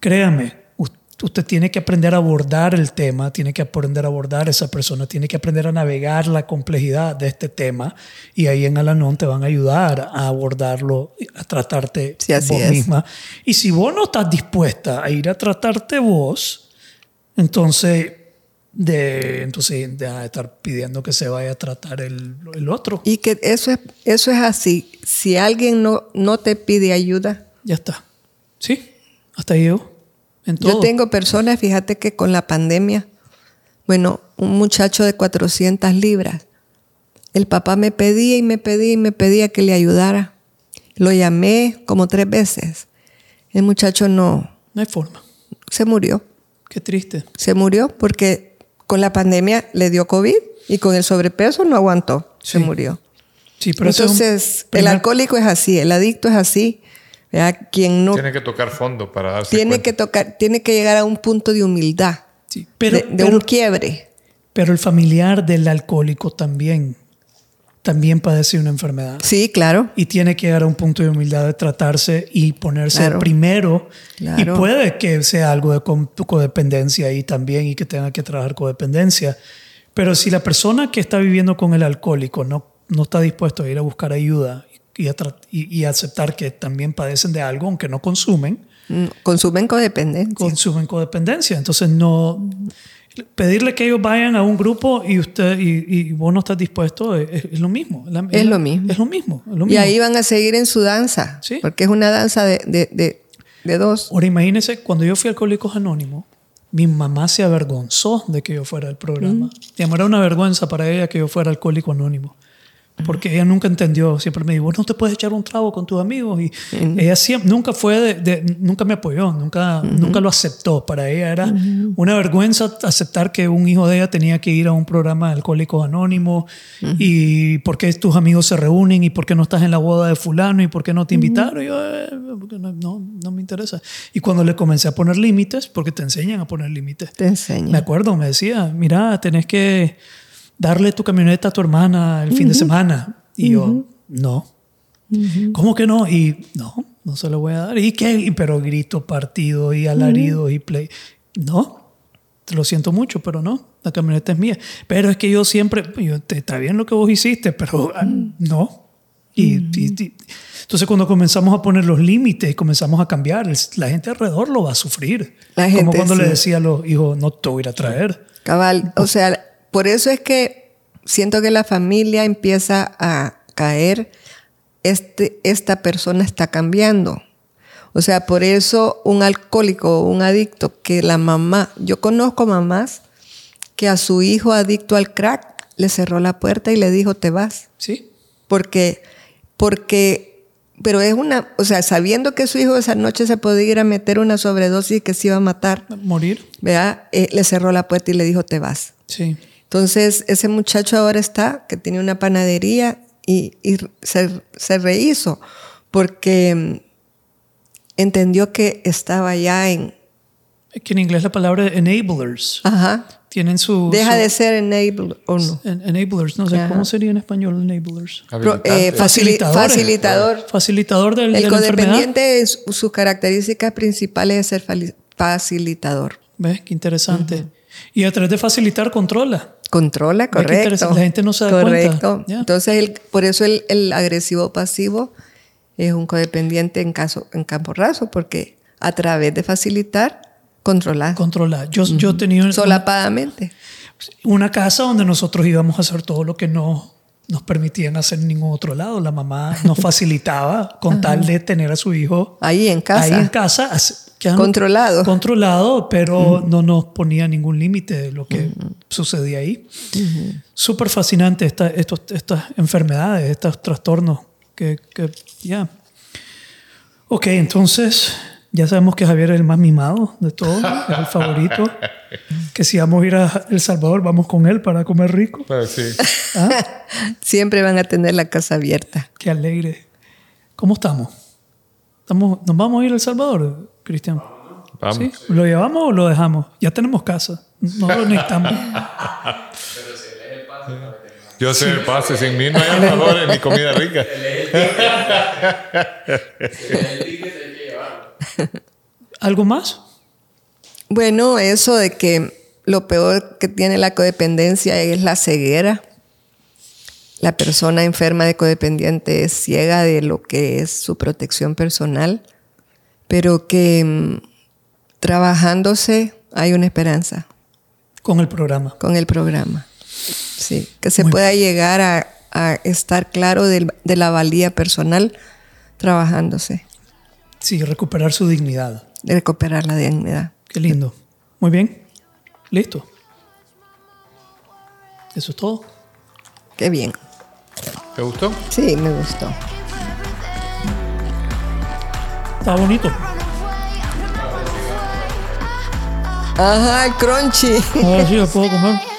Speaker 3: Créame, us- usted tiene que aprender a abordar el tema, tiene que aprender a abordar a esa persona, tiene que aprender a navegar la complejidad de este tema y ahí en Alanón te van a ayudar a abordarlo, a tratarte
Speaker 1: Sí, así
Speaker 3: vos
Speaker 1: es.
Speaker 3: misma. Y si vos no estás dispuesta a ir a tratarte vos, entonces, de, entonces deja de ah, estar pidiendo que se vaya a tratar el, el otro.
Speaker 1: Y que eso es, eso es así. Si alguien no, no te pide ayuda,
Speaker 3: Ya está. Sí, hasta ahí yo. En todo.
Speaker 1: Yo tengo personas, fíjate que con la pandemia, bueno, un muchacho de 400 libras, el papá me pedía y me pedía y me pedía que le ayudara. Lo llamé como tres veces. El muchacho no,
Speaker 3: No hay forma.
Speaker 1: se murió.
Speaker 3: Qué triste.
Speaker 1: Se murió porque con la pandemia le dio COVID y con el sobrepeso no aguantó, se
Speaker 3: Sí.
Speaker 1: murió.
Speaker 3: Sí, pero ese es un
Speaker 1: Entonces, el
Speaker 3: primer-
Speaker 1: alcohólico es así, el adicto es así. ¿verdad? Quien no
Speaker 2: Tiene que tocar fondo para darse
Speaker 1: tiene
Speaker 2: cuenta.
Speaker 1: que tocar, tiene que llegar a un punto de humildad.
Speaker 3: Sí, pero,
Speaker 1: de, de
Speaker 3: pero-
Speaker 1: un quiebre.
Speaker 3: pero el familiar del alcohólico también, también padece una enfermedad.
Speaker 1: Sí, claro.
Speaker 3: Y tiene que llegar a un punto de humildad de tratarse y ponerse
Speaker 1: Claro.
Speaker 3: primero. Y
Speaker 1: Claro.
Speaker 3: puede que sea algo de com- codependencia ahí también y que tenga que trabajar codependencia. Pero si la persona que está viviendo con el alcohólico no, no está dispuesto a ir a buscar ayuda y, a tra- y- y aceptar que también padecen de algo, aunque no consumen,
Speaker 1: Mm, Consumen codependencia.
Speaker 3: consumen codependencia. Entonces, no pedirle que ellos vayan a un grupo y usted y, y vos no estás dispuesto es, es lo mismo. La-
Speaker 1: Es lo mismo.
Speaker 3: Es lo mismo. es lo
Speaker 1: y
Speaker 3: mismo.
Speaker 1: ahí van a seguir en su danza.
Speaker 3: Sí.
Speaker 1: Porque es una danza de, de- de- de dos.
Speaker 3: Ahora imagínense, cuando yo fui a Alcohólicos Anónimos, mi mamá se avergonzó de que yo fuera al programa. Digamos, era una vergüenza para ella que yo fuera alcohólico anónimo. Porque ella nunca entendió, siempre me dijo, "Vos no te puedes echar un trago con tus amigos. Y ella siempre, nunca fue, de, de- nunca me apoyó, nunca, nunca lo aceptó. Para ella era una vergüenza aceptar que un hijo de ella tenía que ir a un programa de alcohólicos anónimos y por qué tus amigos se reúnen y por qué no estás en la boda de fulano y por qué no te invitaron. Y yo, "Eh, porque no, no, no me interesa. Y cuando le comencé a poner límites, porque te enseñan a poner límites,
Speaker 1: Te enseño.
Speaker 3: me acuerdo, me decía, mira, tenés que darle tu camioneta a tu hermana el fin de semana. Y yo, no. ¿Cómo que no? Y no, no se lo voy a dar. ¿Y qué? Y- Pero grito partido y alarido y play. No, te lo siento mucho, pero no, la camioneta es mía. Pero es que yo siempre, yo, te- está bien lo que vos hiciste, pero ah, no. Y, y- y- entonces cuando comenzamos a poner los límites y comenzamos a cambiar, el- la gente alrededor lo va a sufrir.
Speaker 1: La
Speaker 3: Como
Speaker 1: gente,
Speaker 3: cuando le
Speaker 1: sí.
Speaker 3: decía a los hijos, no te voy a ir a traer.
Speaker 1: Cabal.
Speaker 3: Pues-
Speaker 1: O sea, por eso es que siento que la familia empieza a caer. Este, esta persona está cambiando. O sea, por eso un alcohólico o un adicto que la mamá, yo conozco mamás que a su hijo adicto al crack le cerró la puerta y le dijo, te vas.
Speaker 3: Sí,
Speaker 1: porque porque pero es una o sea sabiendo que su hijo esa noche se podía ir a meter una sobredosis y que se iba a matar
Speaker 3: morir.
Speaker 1: ¿verdad? Eh, le cerró la puerta y le dijo te vas
Speaker 3: Sí.
Speaker 1: entonces ese muchacho ahora está que tiene una panadería y, y se, se rehizo porque mm, entendió que estaba ya en
Speaker 3: Es que en inglés la palabra enablers.
Speaker 1: ajá
Speaker 3: Tienen su...
Speaker 1: Ah. deja
Speaker 3: su-
Speaker 1: de ser enable o no
Speaker 3: en- Enablers, no sé
Speaker 1: Ajá.
Speaker 3: cómo sería en español enablers.
Speaker 1: Pro- eh,
Speaker 2: Habilitante.
Speaker 1: facili-
Speaker 3: Facilitadores.
Speaker 1: facilitador
Speaker 3: Facilitador del,
Speaker 1: El
Speaker 3: de la enfermedad.
Speaker 1: codependiente, es- sus características principales es ser fali- facilitador.
Speaker 3: ¿Ves? Qué interesante. Y a través de facilitar, controla.
Speaker 1: Controla,
Speaker 3: Ve qué
Speaker 1: correcto.
Speaker 3: interesante, la gente no se da
Speaker 1: Correcto.
Speaker 3: cuenta. Ya.
Speaker 1: Entonces, el- por eso el, el agresivo pasivo es un codependiente en, caso, en campo raso, porque a través de facilitar, controlar
Speaker 3: Controla. Yo, yo tenía una-
Speaker 1: solapadamente.
Speaker 3: una casa donde nosotros íbamos a hacer todo lo que no nos permitían hacer en ningún otro lado. La mamá nos facilitaba con tal de tener a su hijo
Speaker 1: Ahí en casa.
Speaker 3: ahí en casa. as- que han-
Speaker 1: Controlado.
Speaker 3: Controlado, pero no nos ponía ningún límite de lo que sucedía ahí. Súper fascinante esta- estos- estas enfermedades, estos trastornos que, que- ya. Ok, entonces Ya sabemos que Javier es el más mimado de todos, es el favorito. Que si vamos a ir a El Salvador, vamos con él para comer rico.
Speaker 2: Ah, sí.
Speaker 1: Siempre van a tener la casa abierta.
Speaker 3: Qué alegre. ¿Cómo estamos? estamos ¿Nos vamos a ir a El Salvador, Cristian?
Speaker 2: Vamos.
Speaker 3: ¿Sí? ¿Lo llevamos o lo dejamos? Ya tenemos casa. No lo necesitamos.
Speaker 2: Yo sé el pase, sin mí no hay armadores ni comida rica.
Speaker 3: ¿Algo más?
Speaker 1: Bueno, eso de que lo peor que tiene la codependencia es la ceguera. La persona enferma de codependiente es ciega de lo que es su protección personal, pero que mm, trabajándose hay una esperanza
Speaker 3: Con el programa.
Speaker 1: con el programa. Sí, que se
Speaker 3: Muy
Speaker 1: pueda llegar a, a estar claro del- de la valía personal trabajándose,
Speaker 3: Sí, recuperar su dignidad.
Speaker 1: de recuperar la dignidad.
Speaker 3: Qué lindo. Muy bien. Listo. Eso es todo.
Speaker 1: Qué bien.
Speaker 2: ¿Te gustó?
Speaker 1: Sí, me gustó.
Speaker 3: Está bonito.
Speaker 1: Ajá, el crunchy.
Speaker 3: Ahora sí lo puedo comer.